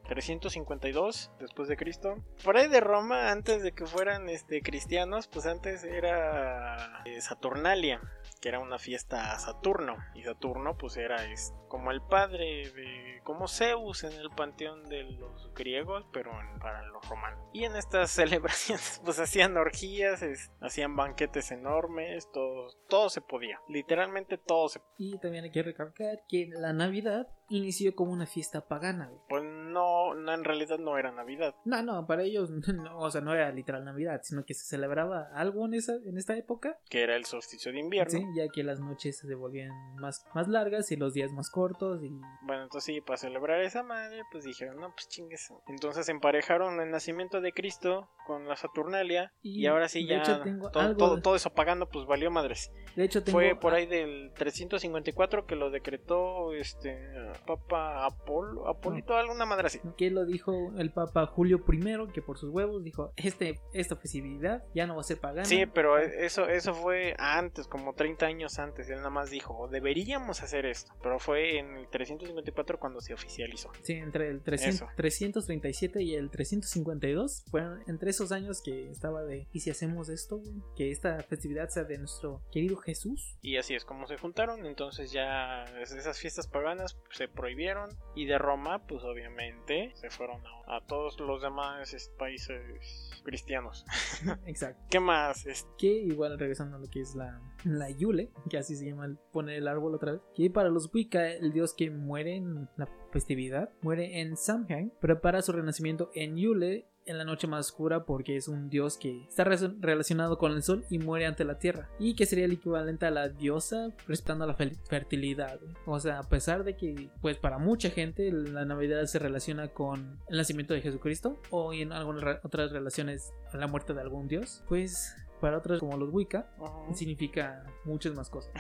[SPEAKER 2] 352 después de Cristo. Por ahí de Roma antes de que fueran este cristianos, pues antes era eh, Saturnalia que era una fiesta a Saturno y Saturno pues era es como el padre de como Zeus en el panteón de los griegos pero en- para los romanos y en estas celebraciones pues hacían orgías es- hacían banquetes enormes todo todo se podía literalmente todo se
[SPEAKER 1] y también hay que recalcar que la Navidad inició como una fiesta pagana, güey.
[SPEAKER 2] pues no, no en realidad no era Navidad
[SPEAKER 1] No, no, para ellos, no, o sea, no era literal Navidad, sino que se celebraba algo en, esa, en esta época,
[SPEAKER 2] que era el solsticio de invierno
[SPEAKER 1] sí, ya que las noches se volvían más, más largas y los días más cortos y...
[SPEAKER 2] Bueno, entonces sí, para celebrar esa madre, pues dijeron, no, pues chingues. Entonces emparejaron el nacimiento de Cristo con la Saturnalia
[SPEAKER 1] Y,
[SPEAKER 2] y, ahora sí
[SPEAKER 1] de
[SPEAKER 2] ya
[SPEAKER 1] hecho, tengo
[SPEAKER 2] todo,
[SPEAKER 1] algo
[SPEAKER 2] todo-
[SPEAKER 1] de-
[SPEAKER 2] todo eso pagando, pues valió madres.
[SPEAKER 1] De hecho, tengo...
[SPEAKER 2] Fue por ahí del 354 que lo decretó este Papa Apolo, Apolito,
[SPEAKER 1] Ah.
[SPEAKER 2] alguna madre así.
[SPEAKER 1] Que lo dijo el Papa Julio I, que por sus huevos dijo, este, esta festividad ya Ah, no va a ser pagana.
[SPEAKER 2] Sí, pero eh, eso, eso fue antes, como 30 años antes. Él nada más dijo, deberíamos hacer esto. Pero fue en el 354 cuando se oficializó.
[SPEAKER 1] Sí, entre el 300
[SPEAKER 2] Eso.
[SPEAKER 1] 337 y el 352 fueron entre esos años que estaba de, ¿y si hacemos esto? güey? Que esta festividad sea de nuestro querido Jesús.
[SPEAKER 2] Y así es como se juntaron, entonces ya es- esas fiestas paganas se prohibieron y de Roma pues obviamente se fueron a, a todos los demás es- países cristianos.
[SPEAKER 1] Exacto.
[SPEAKER 2] ¿Qué más? Es-
[SPEAKER 1] que igual regresando a lo que es la, la Yule, que así se llama el poner el árbol otra vez, que para los Wicca, el dios que muere en la festividad, muere en Samhain, prepara su renacimiento en Yule en la noche más oscura porque es un dios que está re- relacionado con el sol y muere ante la tierra y que sería el equivalente a la diosa respetando la fel- fertilidad o sea a pesar de que pues para mucha gente la navidad se relaciona con el nacimiento de Jesucristo o en algunas re- otras relaciones a la muerte de algún dios pues para otros como los Wicca
[SPEAKER 2] Ujú.
[SPEAKER 1] significa muchas más cosas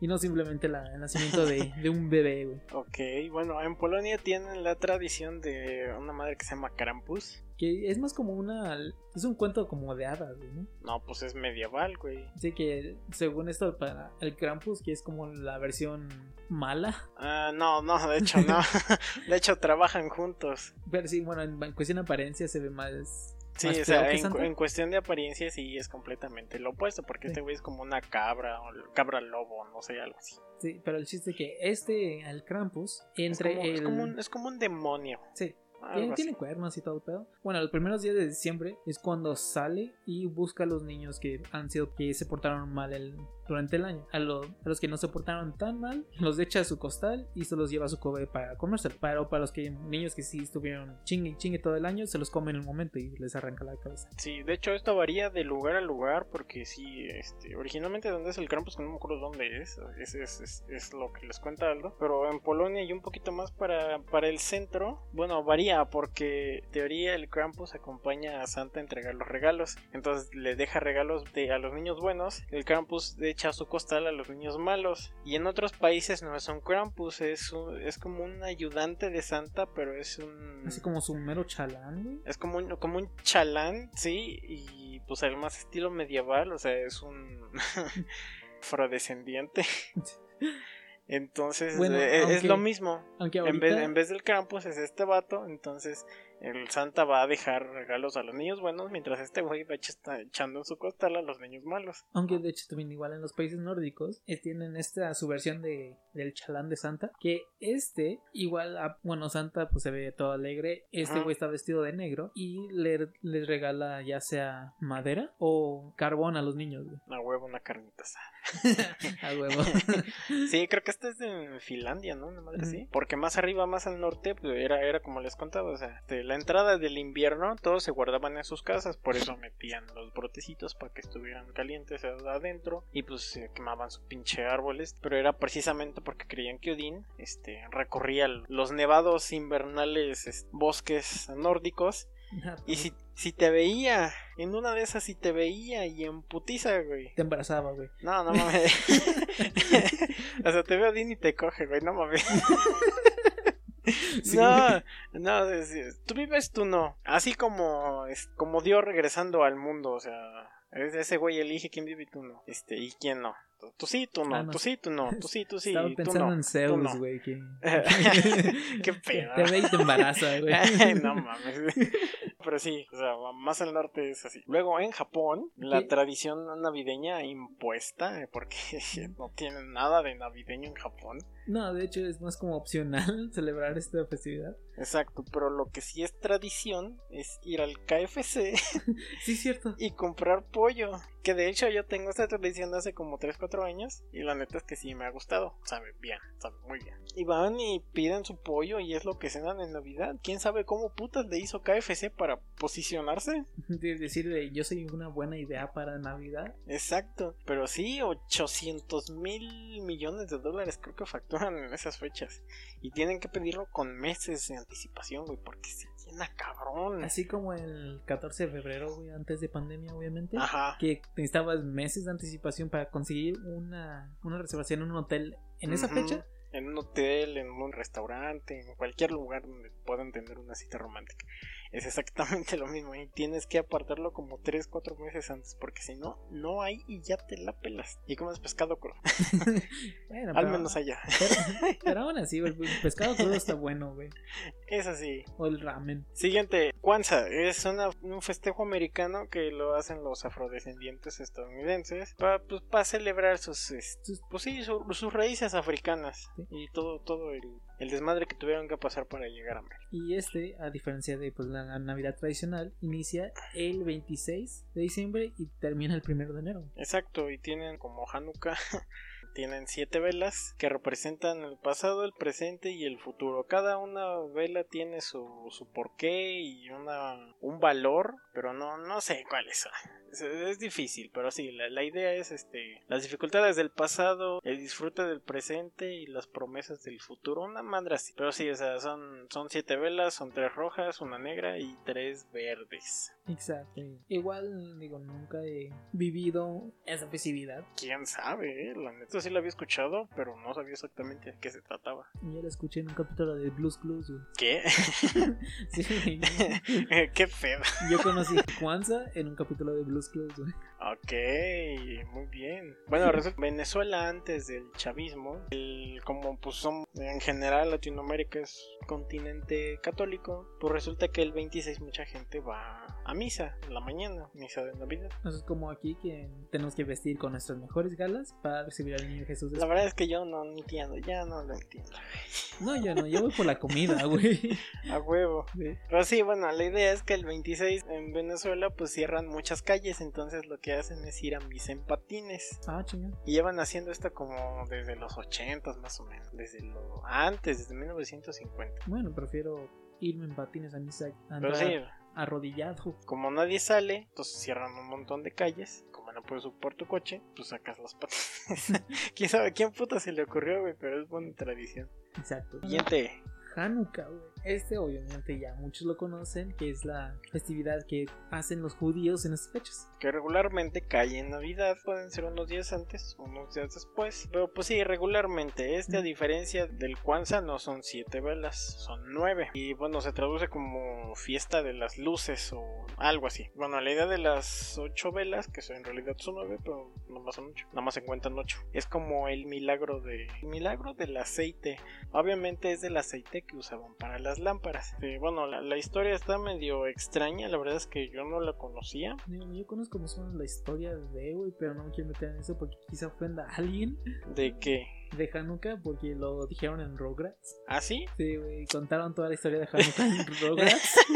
[SPEAKER 1] y no simplemente la- el nacimiento de, de un bebé güey,
[SPEAKER 2] ok, bueno, en Polonia tienen la tradición de una madre que se llama Krampus.
[SPEAKER 1] que es más como una es un cuento como de hadas güey, ¿no?
[SPEAKER 2] No, pues es medieval, güey.
[SPEAKER 1] Así que según esto, para el Krampus, que es como la versión mala,
[SPEAKER 2] Ah, no, no, de hecho no. de hecho trabajan juntos.
[SPEAKER 1] pero sí, bueno, en en cuestión de apariencia se ve más...
[SPEAKER 2] Sí,
[SPEAKER 1] más feo
[SPEAKER 2] o sea,
[SPEAKER 1] que
[SPEAKER 2] en,
[SPEAKER 1] Santa.
[SPEAKER 2] cu- en cuestión de apariencia sí es completamente lo opuesto,
[SPEAKER 1] Sí.
[SPEAKER 2] porque este güey es como una cabra, o l- cabra lobo, no sé, algo así.
[SPEAKER 1] Sí, pero el chiste es que este, el Krampus,
[SPEAKER 2] Es
[SPEAKER 1] entre
[SPEAKER 2] como,
[SPEAKER 1] el...
[SPEAKER 2] es como un, es como un demonio.
[SPEAKER 1] Sí,
[SPEAKER 2] algo
[SPEAKER 1] tiene,
[SPEAKER 2] así.
[SPEAKER 1] tiene cuernos y todo el pedo. Bueno, los primeros días de diciembre es cuando sale y busca a los niños que han sido, que se portaron mal el- durante el año. A, lo- a los que no se portaron tan mal, los echa a su costal y se los lleva a su cobre para comérselos. Pero para los que, niños que sí estuvieron chingue y chingue todo el año, se los come en el momento y les arranca la cabeza.
[SPEAKER 2] Sí, de hecho esto varía de lugar a lugar porque sí, este, originalmente donde es el Krampus, que no me acuerdo dónde es, es, es, es- es lo que les cuenta Aldo, pero en Polonia y un poquito más para, para el centro, bueno, varía porque en teoría el Krampus acompaña a Santa a entregar los regalos, entonces le deja regalos de, a los niños buenos, el Krampus le echa a su costal a los niños malos, y en otros países no es un Krampus, es, un- es como un ayudante de Santa, pero es un...
[SPEAKER 1] Así como su mero chalán, güey.
[SPEAKER 2] Es como un, como un chalán, sí, y pues además estilo medieval, o sea, es un afrodescendiente. Entonces,
[SPEAKER 1] Bueno,
[SPEAKER 2] eh, es,
[SPEAKER 1] aunque
[SPEAKER 2] lo mismo.
[SPEAKER 1] Aunque ahorita,
[SPEAKER 2] En vez, en vez del Krampus es este vato, entonces el Santa va a dejar regalos a los niños buenos, mientras este güey va echa- está echando en su costal a los niños malos.
[SPEAKER 1] aunque de hecho también igual en los países nórdicos eh, tienen esta su versión de, del chalán de Santa, que este igual, a, bueno, Santa pues se ve todo alegre, este
[SPEAKER 2] Ajá.
[SPEAKER 1] güey está vestido de negro y le, le regala ya sea madera o carbón a los niños, güey.
[SPEAKER 2] Una huevo, una carnita asada.
[SPEAKER 1] a huevo.
[SPEAKER 2] Sí, creo que este es de Finlandia, ¿no? Una madre
[SPEAKER 1] Ujú.
[SPEAKER 2] así. Porque más arriba, más al norte, pues, era, era como les contaba, o sea, de la entrada del invierno, todos se guardaban en sus casas, por eso metían los brotecitos para que estuvieran calientes adentro y pues se quemaban sus pinche árboles, pero era precisamente porque creían que Odín, este, recorría los nevados invernales este, bosques nórdicos y si, si te veía, en una de esas si te veía y en putiza, güey.
[SPEAKER 1] Te embarazaba, güey.
[SPEAKER 2] No, no mames. o sea, te veo Dean y te coge, güey, no mames.
[SPEAKER 1] Sí,
[SPEAKER 2] No, no, es- es- tú vives, tú no. Así como, es, como Dios regresando al mundo, o sea, es- ese güey elige quién vive y tú no. Este, y quién no. Tú, tú sí, tú no,
[SPEAKER 1] Ah, no.
[SPEAKER 2] tú sí, tú no, tú sí, tú sí,
[SPEAKER 1] Estaba
[SPEAKER 2] tú
[SPEAKER 1] pensando
[SPEAKER 2] no.
[SPEAKER 1] en Zeus,
[SPEAKER 2] no.
[SPEAKER 1] güey. Que...
[SPEAKER 2] Qué pedo.
[SPEAKER 1] Te ve y te embaraza, güey.
[SPEAKER 2] no mames. Pero sí, o sea, más al norte es así. Luego en Japón, la
[SPEAKER 1] Ok.
[SPEAKER 2] tradición navideña impuesta, eh, porque no tienen nada de navideño en Japón.
[SPEAKER 1] No, de hecho es más como opcional celebrar esta festividad.
[SPEAKER 2] Exacto, pero lo que sí es tradición es ir al KFC
[SPEAKER 1] Sí, es cierto.
[SPEAKER 2] y comprar pollo. Que de hecho yo tengo esta tradición de hace como 3-4 años y la neta es que sí me ha gustado. Sabe bien, sabe muy bien. Y van y piden su pollo y es lo que cenan en Navidad. ¿Quién sabe cómo putas le hizo KFC para posicionarse?
[SPEAKER 1] De decir, de, yo soy una buena idea para Navidad.
[SPEAKER 2] Exacto, pero sí, 800 mil millones de dólares creo que facturan en esas fechas. Y tienen que pedirlo con meses de anticipación, güey, porque se llena cabrón.
[SPEAKER 1] Así como el 14 de febrero, güey, antes de pandemia, obviamente.
[SPEAKER 2] Ajá.
[SPEAKER 1] Que necesitabas meses de anticipación para conseguir una, una reservación en un hotel en esa
[SPEAKER 2] Ujú.
[SPEAKER 1] fecha.
[SPEAKER 2] En un hotel, en un restaurante, en cualquier lugar donde puedan tener una cita romántica. Es exactamente lo mismo y tienes que apartarlo como 3, 4
[SPEAKER 1] Ah,
[SPEAKER 2] meses antes porque si no, no hay y ya te la pelas. Y comes pescado crudo.
[SPEAKER 1] Bueno,
[SPEAKER 2] Al
[SPEAKER 1] pero-
[SPEAKER 2] menos allá.
[SPEAKER 1] Pero, pero aún así, güey, pues, el pescado crudo está bueno, güey.
[SPEAKER 2] Es así.
[SPEAKER 1] O el ramen.
[SPEAKER 2] Siguiente, Kwanzaa es una- un festejo americano que lo hacen los afrodescendientes estadounidenses para pues, pa celebrar sus, es- sus- pues, sí, su- sus raíces africanas
[SPEAKER 1] Sí.
[SPEAKER 2] y todo todo el, el desmadre que tuvieron que pasar para llegar a América.
[SPEAKER 1] Y este, a diferencia de pues, la Navidad tradicional, inicia el 26 de diciembre y termina el 1 de enero.
[SPEAKER 2] Exacto, y tienen como Hanukkah, tienen siete velas que representan el pasado, el presente y el futuro. Cada una vela tiene su, su porqué y una un valor, pero no no sé cuáles son. Es, es difícil, pero sí, la, la idea es este las dificultades del pasado, el disfrute del presente y las promesas del futuro, una madre así. Pero sí, o sea, son, son siete velas, son tres rojas, una negra y tres verdes.
[SPEAKER 1] Exacto. Igual, digo, nunca he vivido esa festividad.
[SPEAKER 2] Quién sabe, eh? la neta sí la había escuchado, pero no sabía exactamente de qué se trataba.
[SPEAKER 1] Y Yo la escuché en un capítulo de Blues Clues, güey.
[SPEAKER 2] ¿Qué?
[SPEAKER 1] Sí, güey.
[SPEAKER 2] qué pedo.
[SPEAKER 1] Yo conocí Kwanzaa en un capítulo de Blues Clues, güey.
[SPEAKER 2] Ok, muy bien. Bueno, resulta Venezuela antes del chavismo, el- como pues son en general Latinoamérica es continente católico, pues resulta que el 26 mucha gente va a misa en la mañana, misa de Navidad.
[SPEAKER 1] Entonces, como aquí, que tenemos que vestir con nuestras mejores galas para recibir al niño Jesús.
[SPEAKER 2] La verdad es que yo no entiendo, ya no lo entiendo.
[SPEAKER 1] No, yo no, yo voy por la comida, güey.
[SPEAKER 2] A huevo.
[SPEAKER 1] Güey.
[SPEAKER 2] Pero sí, bueno, la idea es que el 26 en Venezuela pues cierran muchas calles, entonces lo que hacen es ir a misa en patines.
[SPEAKER 1] Ah, chingón.
[SPEAKER 2] Y llevan haciendo esto como desde los 80 más o menos, desde lo antes, desde 1950.
[SPEAKER 1] Bueno, prefiero irme en patines a misa, a
[SPEAKER 2] Pero
[SPEAKER 1] andar
[SPEAKER 2] sí,
[SPEAKER 1] arrodillado.
[SPEAKER 2] como nadie sale, entonces cierran un montón de calles. Como no puedes ocupar tu coche, pues sacas las patas. ¿Quién sabe a quién puta se le ocurrió, güey? Pero es buena tradición.
[SPEAKER 1] Exacto.
[SPEAKER 2] Siguiente.
[SPEAKER 1] Hanukkah, güey. Este obviamente ya muchos lo conocen, que es la festividad que hacen los judíos en estas fechas.
[SPEAKER 2] que regularmente cae en Navidad, pueden ser unos días antes, unos días después, pero pues sí, regularmente, este a diferencia del Kwanzaa no son siete velas, son nueve, y bueno, se traduce como fiesta de las luces o algo así. Bueno, la idea de las ocho velas, que son- en realidad son nueve, pero nomás son ocho, nada más se cuentan ocho, es como el milagro de... el milagro del aceite, Obviamente es del aceite que usaban para las lámparas. Eh, bueno, la, la historia está medio extraña, la verdad es que yo no la conocía.
[SPEAKER 1] Yo, yo conozco más o menos la historia de, güey, pero no me quiero meter en eso porque quizá ofenda a alguien
[SPEAKER 2] De que...
[SPEAKER 1] de Hanukkah porque lo dijeron en Rugrats.
[SPEAKER 2] ¿Ah, sí?
[SPEAKER 1] Sí, güey, contaron toda la historia de Hanukkah en Rugrats.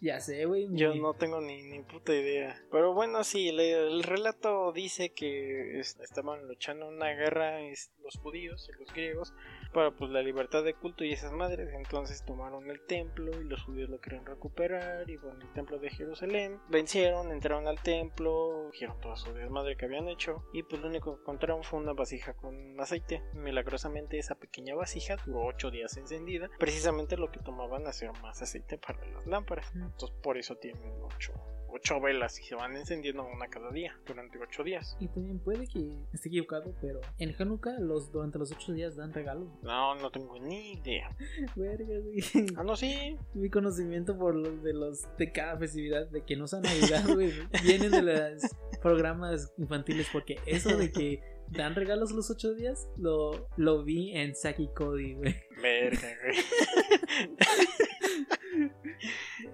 [SPEAKER 1] ya sé, güey. mi-
[SPEAKER 2] Yo no tengo ni, ni puta idea. Pero bueno, sí, le- el relato dice que es- estaban luchando una guerra es- los judíos y los griegos para pues la libertad de culto y esas madres. Entonces tomaron el templo y los judíos lo querían recuperar y bueno, el templo de Jerusalén. Vencieron, entraron al templo, dijeron toda su desmadre que habían hecho y pues lo único que encontraron fue una vasija con aceite. Milagrosamente esa pequeña vasija duró ocho días encendida, precisamente lo que tomaban hacer más aceite para las lámparas. Entonces por eso tienen ocho, ocho velas y se van encendiendo una cada día durante ocho días.
[SPEAKER 1] Y también puede que esté equivocado, pero en Hanukkah los, durante los ocho días dan regalos.
[SPEAKER 2] No, no tengo ni idea.
[SPEAKER 1] Verga, güey.
[SPEAKER 2] Ah, no, sí.
[SPEAKER 1] Mi conocimiento por los de los de cada festividad de que no son Navidad, güey, vienen de los programas infantiles porque eso de que dan regalos los ocho días lo, lo vi en Saki Cody, güey.
[SPEAKER 2] Verga, güey.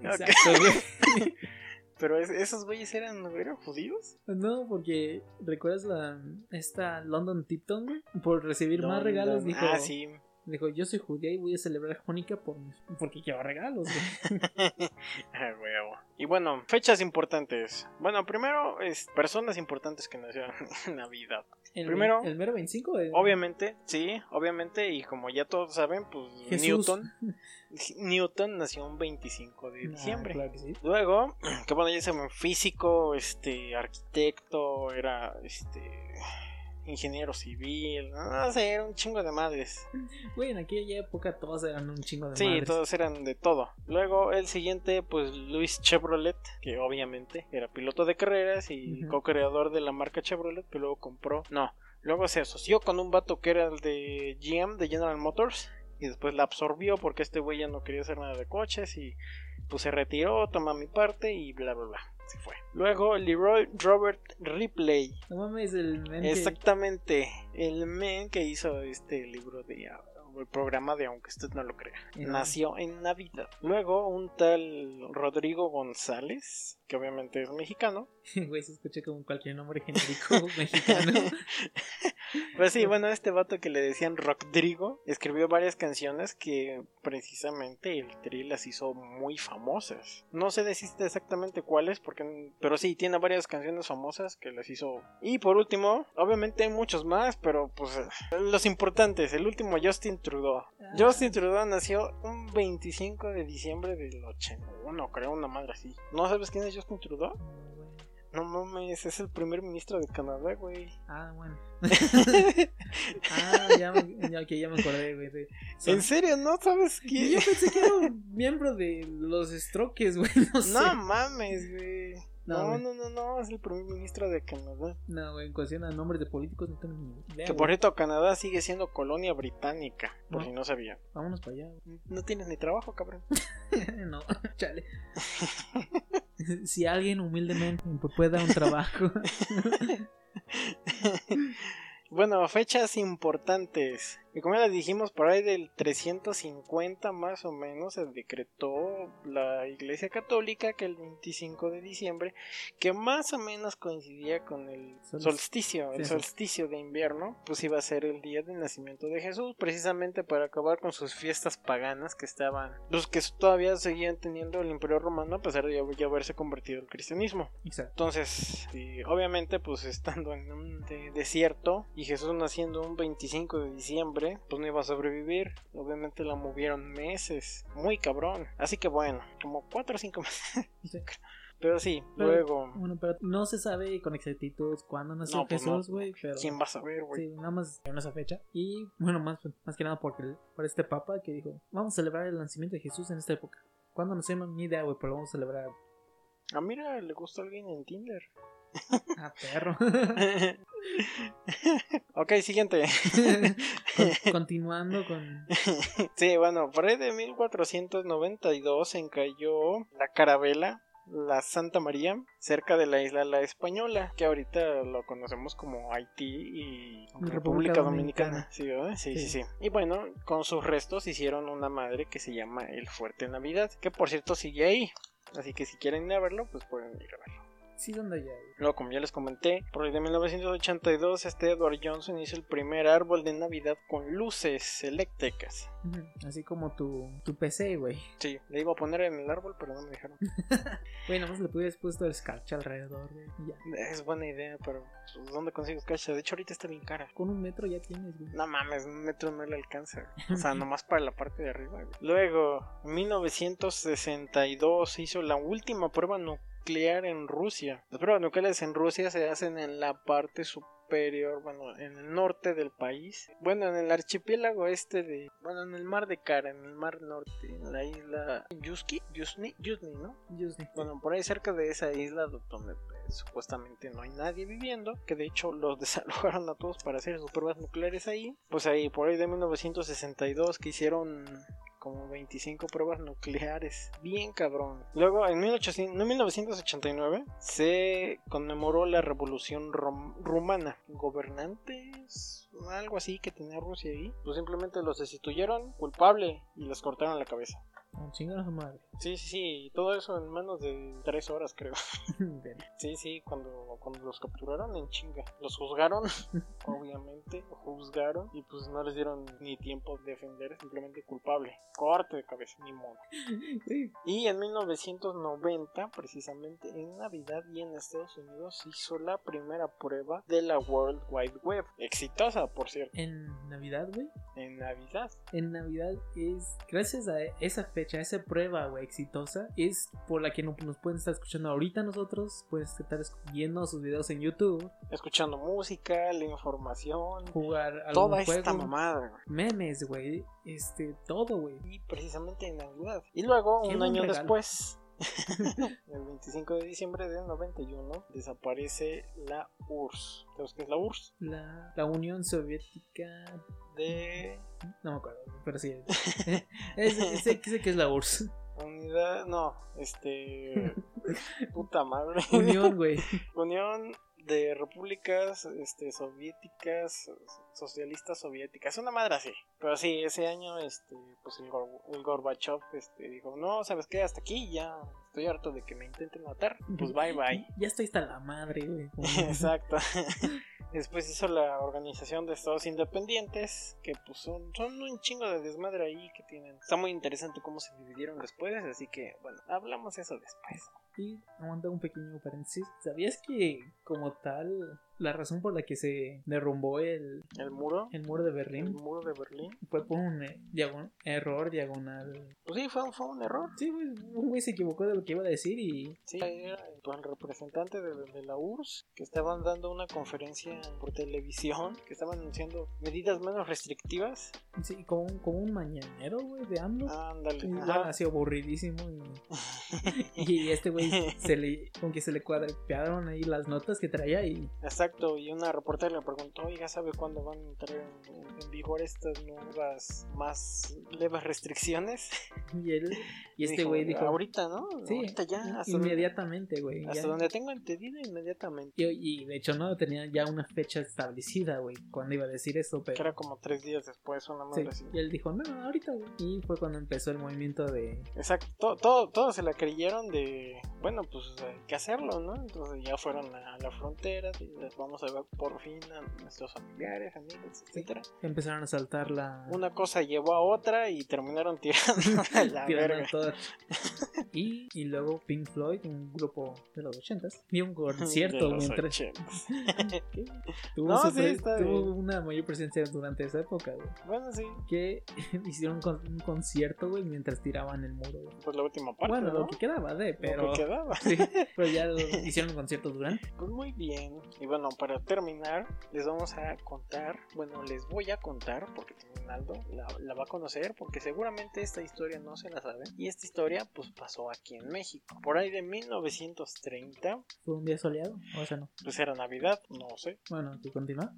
[SPEAKER 1] Exacto, güey.
[SPEAKER 2] Pero es- esos güeyes eran, eran judíos.
[SPEAKER 1] No, porque ¿recuerdas la esta London Tipton, güey? Por recibir más regalos dijo,
[SPEAKER 2] Ah, sí.
[SPEAKER 1] dijo, "Yo soy judía y voy a celebrar Jónica por porque quiero regalos." güey".
[SPEAKER 2] Ah, huevo. Y bueno, fechas importantes. Bueno, primero es personas importantes que nacieron en Navidad.
[SPEAKER 1] El,
[SPEAKER 2] Primero-
[SPEAKER 1] el mero 25 de
[SPEAKER 2] Obviamente, sí, obviamente, y como ya todos saben, pues
[SPEAKER 1] Jesús.
[SPEAKER 2] Newton, Newton nació un 25 de
[SPEAKER 1] Ah,
[SPEAKER 2] diciembre.
[SPEAKER 1] claro que sí.
[SPEAKER 2] Luego, que bueno, ya se me físico, este, arquitecto, era este ingeniero civil, no, no sé, era un chingo de madres.
[SPEAKER 1] Güey, en aquella época todos eran un chingo de
[SPEAKER 2] Sí,
[SPEAKER 1] madres.
[SPEAKER 2] todos eran de todo. Luego el siguiente, pues Luis Chevrolet, que obviamente era piloto de carreras y
[SPEAKER 1] Ujú.
[SPEAKER 2] co-creador de la marca Chevrolet, que luego compró. No, luego se asoció con un vato que era el de GM, de General Motors, y después la absorbió porque este güey ya no quería hacer nada de coches y pues se retiró, toma mi parte y bla, bla, bla. se fue. Luego, Leroy Robert Ripley.
[SPEAKER 1] No mames, el men que-
[SPEAKER 2] Exactamente, el men que hizo este libro de ah, el programa de aunque usted no lo crea.
[SPEAKER 1] Ajá.
[SPEAKER 2] Nació en Navidad. Luego un tal Rodrigo González, que obviamente es mexicano.
[SPEAKER 1] Güey, se escucha como cualquier nombre genérico mexicano.
[SPEAKER 2] Pues sí, bueno, este vato que le decían Rodrigo escribió varias canciones que precisamente el Tri las hizo muy famosas. No sé decir exactamente cuáles, porque, pero sí, tiene varias canciones famosas que las hizo. Y por último, obviamente hay muchos más, pero pues eh, los importantes. El último, Justin Trudeau. Justin Trudeau nació un 25 de diciembre del 81, creo, una madre así. ¿No sabes quién es Justin Trudeau? No mames, es el primer ministro de Canadá, güey.
[SPEAKER 1] Ah, bueno. ah, ya me, ya, ok, ya me acordé, güey. de- son-
[SPEAKER 2] ¿En serio? ¿No sabes
[SPEAKER 1] Yo
[SPEAKER 2] quién?
[SPEAKER 1] pensé que era un miembro de los Strokes, güey. No sé.
[SPEAKER 2] No mames, güey.
[SPEAKER 1] No,
[SPEAKER 2] No,
[SPEAKER 1] güey.
[SPEAKER 2] no, no, no, es el primer ministro de Canadá.
[SPEAKER 1] No, güey, en cuestión a nombres de políticos no tengo ni idea.
[SPEAKER 2] Que por e-
[SPEAKER 1] güey.
[SPEAKER 2] cierto, Canadá sigue siendo colonia británica, por
[SPEAKER 1] No.
[SPEAKER 2] si no sabían.
[SPEAKER 1] Vámonos para allá.
[SPEAKER 2] No tienes ni trabajo, cabrón.
[SPEAKER 1] güey. no, chale. si alguien humildemente me puede dar un trabajo.
[SPEAKER 2] Bueno, fechas importantes. Y como ya les dijimos, por ahí del 350 más o menos se decretó la Iglesia Católica que el 25 de diciembre, que más o menos coincidía con el
[SPEAKER 1] Sol-
[SPEAKER 2] solsticio, el
[SPEAKER 1] sí, sí.
[SPEAKER 2] solsticio de invierno, pues iba a ser el día del nacimiento de Jesús, precisamente para acabar con sus fiestas paganas que estaban, los que todavía seguían teniendo el Imperio Romano a pesar de ya- ya haberse convertido al cristianismo.
[SPEAKER 1] Exacto.
[SPEAKER 2] Entonces, y obviamente, pues estando en un de- desierto y Jesús naciendo un 25 de diciembre, pues no iba a sobrevivir. Obviamente la movieron meses, muy cabrón. Así que bueno, como 4 o 5 meses.
[SPEAKER 1] Sí.
[SPEAKER 2] Pero sí,
[SPEAKER 1] Pero-
[SPEAKER 2] luego,
[SPEAKER 1] Bueno, pero no se sabe con exactitud cuándo nació
[SPEAKER 2] No, pues no.
[SPEAKER 1] Jesús, güey. Pero...
[SPEAKER 2] ¿quién va a saber, güey?
[SPEAKER 1] Sí, nada más en esa fecha. Y bueno, más, más que nada porque el- por este papa que dijo, vamos a celebrar el nacimiento de Jesús en esta época. Cuando no sé, ni idea, güey, pero lo vamos a celebrar
[SPEAKER 2] Ah, mira, le gusta alguien en Tinder.
[SPEAKER 1] a Ah, perro.
[SPEAKER 2] ok, siguiente.
[SPEAKER 1] Con- continuando con...
[SPEAKER 2] Sí, bueno, por ahí de 1492 se encalló la carabela, la Santa María, cerca de la isla La Española, que ahorita lo conocemos como Haití y República,
[SPEAKER 1] República
[SPEAKER 2] Dominicana.
[SPEAKER 1] Dominicana.
[SPEAKER 2] Sí, ¿verdad? Sí, sí, sí,
[SPEAKER 1] Sí.
[SPEAKER 2] Y bueno, con sus restos hicieron una madre que se llama el Fuerte Navidad, que por cierto sigue ahí. Así que si quieren ir a verlo, pues pueden ir a verlo.
[SPEAKER 1] Sí, donde allá, güey.
[SPEAKER 2] Luego, como ya les comenté, por ahí de 1982, este Edward Johnson hizo el primer árbol de Navidad con luces eléctricas.
[SPEAKER 1] Ujú, Así como tu, tu PC, güey.
[SPEAKER 2] Sí, le iba a poner en el árbol, pero no me dejaron.
[SPEAKER 1] Güey, nada más le pudieras puesto el escarcha alrededor, güey. y ya.
[SPEAKER 2] Es buena idea, pero pues, ¿dónde consigues cacha? De hecho, ahorita está bien cara.
[SPEAKER 1] Con un metro ya tienes, güey.
[SPEAKER 2] No mames, un metro no le alcanza. O sea, nomás para la parte de arriba. güey. Luego, 1962 se hizo la última prueba nuclear en Rusia. Las pruebas nucleares en Rusia se hacen en la parte superior, bueno, en el norte del país. Bueno, en el archipiélago este de, bueno, en el mar de Kara, en el mar norte, en la isla Yuski, Yusni, Yusni, ¿no?
[SPEAKER 1] Yo sí.
[SPEAKER 2] Bueno, por ahí cerca de esa isla do- donde pues, supuestamente no hay nadie viviendo, que de hecho los desalojaron a todos para hacer sus pruebas nucleares ahí. Pues ahí, por ahí de 1962 que hicieron como 25 pruebas nucleares. Bien cabrón. Luego, en 1800 no, 1989 se conmemoró la revolución Rom- rumana. Gobernantes, algo así que tenía Rusia ahí, pues simplemente los destituyeron culpable y les cortaron la cabeza.
[SPEAKER 1] Un chingo a su madre.
[SPEAKER 2] Sí, sí, sí, y todo eso en menos de tres horas, creo.
[SPEAKER 1] Verga.
[SPEAKER 2] Sí, sí, cuando, cuando los capturaron en chinga. Los juzgaron, obviamente, juzgaron y pues no les dieron ni tiempo de defender, simplemente culpable. Corte de cabeza, ni modo.
[SPEAKER 1] Güey,
[SPEAKER 2] Y en 1990, precisamente en Navidad y en Estados Unidos, se hizo la primera prueba de la World Wide Web. Exitosa, por cierto,
[SPEAKER 1] En Navidad, güey.
[SPEAKER 2] en Navidad.
[SPEAKER 1] en Navidad es gracias a esa fecha, a esa prueba güey, exitosa, es por la que no- nos pueden estar escuchando ahorita nosotros, pueden estar esc- viendo sus videos en YouTube,
[SPEAKER 2] Escuchando música, la información,
[SPEAKER 1] jugar algún
[SPEAKER 2] toda
[SPEAKER 1] juego,
[SPEAKER 2] esta mamada, güey.
[SPEAKER 1] memes, güey, este, todo, güey.
[SPEAKER 2] y precisamente en Navidad. Y luego,
[SPEAKER 1] Qué
[SPEAKER 2] un
[SPEAKER 1] buen
[SPEAKER 2] año
[SPEAKER 1] regalo.
[SPEAKER 2] después, el 25 de diciembre del 91, desaparece la URSS. ¿Sabes qué es la URSS?
[SPEAKER 1] La, la Unión Soviética,
[SPEAKER 2] De
[SPEAKER 1] no me acuerdo, pero sí. es- es- sé que- sé que es la URSS.
[SPEAKER 2] unidad, no, este, Puta madre.
[SPEAKER 1] Unión, güey.
[SPEAKER 2] Unión de repúblicas este, soviéticas, socialistas soviéticas, una madre así. Pero sí, ese año, este, pues el, Gor- el Gorbachev este, dijo, no, ¿sabes qué? Hasta aquí ya estoy harto de que me intenten matar. Pues bye bye.
[SPEAKER 1] Ya estoy hasta la madre, güey. Como-
[SPEAKER 2] Exacto. Después hizo la Organización de Estados Independientes, que pues son, son un chingo de desmadre ahí que tienen. Está muy interesante cómo se dividieron después, así que bueno, hablamos eso después.
[SPEAKER 1] Y aguanta un pequeño paréntesis. ¿Sabías que, como tal, la razón por la que se derrumbó el,
[SPEAKER 2] El muro,
[SPEAKER 1] el muro de
[SPEAKER 2] el
[SPEAKER 1] Berlín
[SPEAKER 2] muro de Berlín.
[SPEAKER 1] fue por un eh, diagon- error diagonal?
[SPEAKER 2] Pues sí, fue, un- fue un error.
[SPEAKER 1] Sí, güey, un güey se equivocó de lo que iba a decir y
[SPEAKER 2] Sí, era pues, el representante de, de la URSS que estaban dando una conferencia por televisión, que estaban anunciando medidas menos restrictivas.
[SPEAKER 1] Sí, como un, como un mañanero, güey, de AMLO.
[SPEAKER 2] Ándale.
[SPEAKER 1] Y bueno,
[SPEAKER 2] Ah, ajá.
[SPEAKER 1] así aburridísimo. Y, y este güey, se le, con que se le cuadrepearon ahí las notas que traía y
[SPEAKER 2] Exacto, y una reportera le preguntó, oiga, ¿sabe cuándo van a entrar en, en vigor estas nuevas, más leves restricciones?
[SPEAKER 1] Y él, y este güey dijo,
[SPEAKER 2] ahorita, ¿no?
[SPEAKER 1] sí,
[SPEAKER 2] ahorita ya, hasta,
[SPEAKER 1] inmediatamente, güey.
[SPEAKER 2] donde,
[SPEAKER 1] ya".
[SPEAKER 2] hasta donde tengo entendido, inmediatamente.
[SPEAKER 1] Y, y de hecho no tenía ya una fecha establecida, güey, cuando iba a decir eso,
[SPEAKER 2] Que
[SPEAKER 1] pero...
[SPEAKER 2] era como tres días después, una
[SPEAKER 1] sí,
[SPEAKER 2] madre así.
[SPEAKER 1] Y él dijo, no, ahorita, güey. Y fue cuando empezó el movimiento de...
[SPEAKER 2] Exacto, todo, todo, todo se la creyeron de, bueno, pues hay que hacerlo, ¿no? Entonces ya fueron a la frontera, y les vamos a ver por fin a nuestros familiares, amigos, etcétera.
[SPEAKER 1] Empezaron a saltar la...
[SPEAKER 2] Una cosa llevó a otra y terminaron tirando a la
[SPEAKER 1] tirando
[SPEAKER 2] verga.
[SPEAKER 1] todo. Y, y luego Pink Floyd, un grupo de los ochentas, dio un
[SPEAKER 2] De
[SPEAKER 1] concierto
[SPEAKER 2] los
[SPEAKER 1] mientras...
[SPEAKER 2] 80.
[SPEAKER 1] que Tuvo,
[SPEAKER 2] No,
[SPEAKER 1] su
[SPEAKER 2] sí,
[SPEAKER 1] pre-
[SPEAKER 2] está
[SPEAKER 1] tuvo
[SPEAKER 2] bien.
[SPEAKER 1] una mayor presencia durante esa época, güey.
[SPEAKER 2] Bueno, sí,
[SPEAKER 1] Que hicieron un con- un concierto, güey, mientras tiraban el muro, güey.
[SPEAKER 2] pues la última parte,
[SPEAKER 1] Bueno,
[SPEAKER 2] ¿no?
[SPEAKER 1] lo que quedaba de,
[SPEAKER 2] Lo que
[SPEAKER 1] pero...
[SPEAKER 2] quedaba.
[SPEAKER 1] Sí, pero ya lo- hicieron un concierto durante.
[SPEAKER 2] Pues muy bien. Y bueno, para terminar, les vamos a contar, bueno, les voy a contar, porque también Aldo la, la va a conocer, porque seguramente esta historia no se la sabe. Y esta historia, pues pasó aquí en México. Por ahí de 1930,
[SPEAKER 1] Fue un día soleado, o sea, no.
[SPEAKER 2] pues era Navidad, no sé.
[SPEAKER 1] Bueno, tú continúa.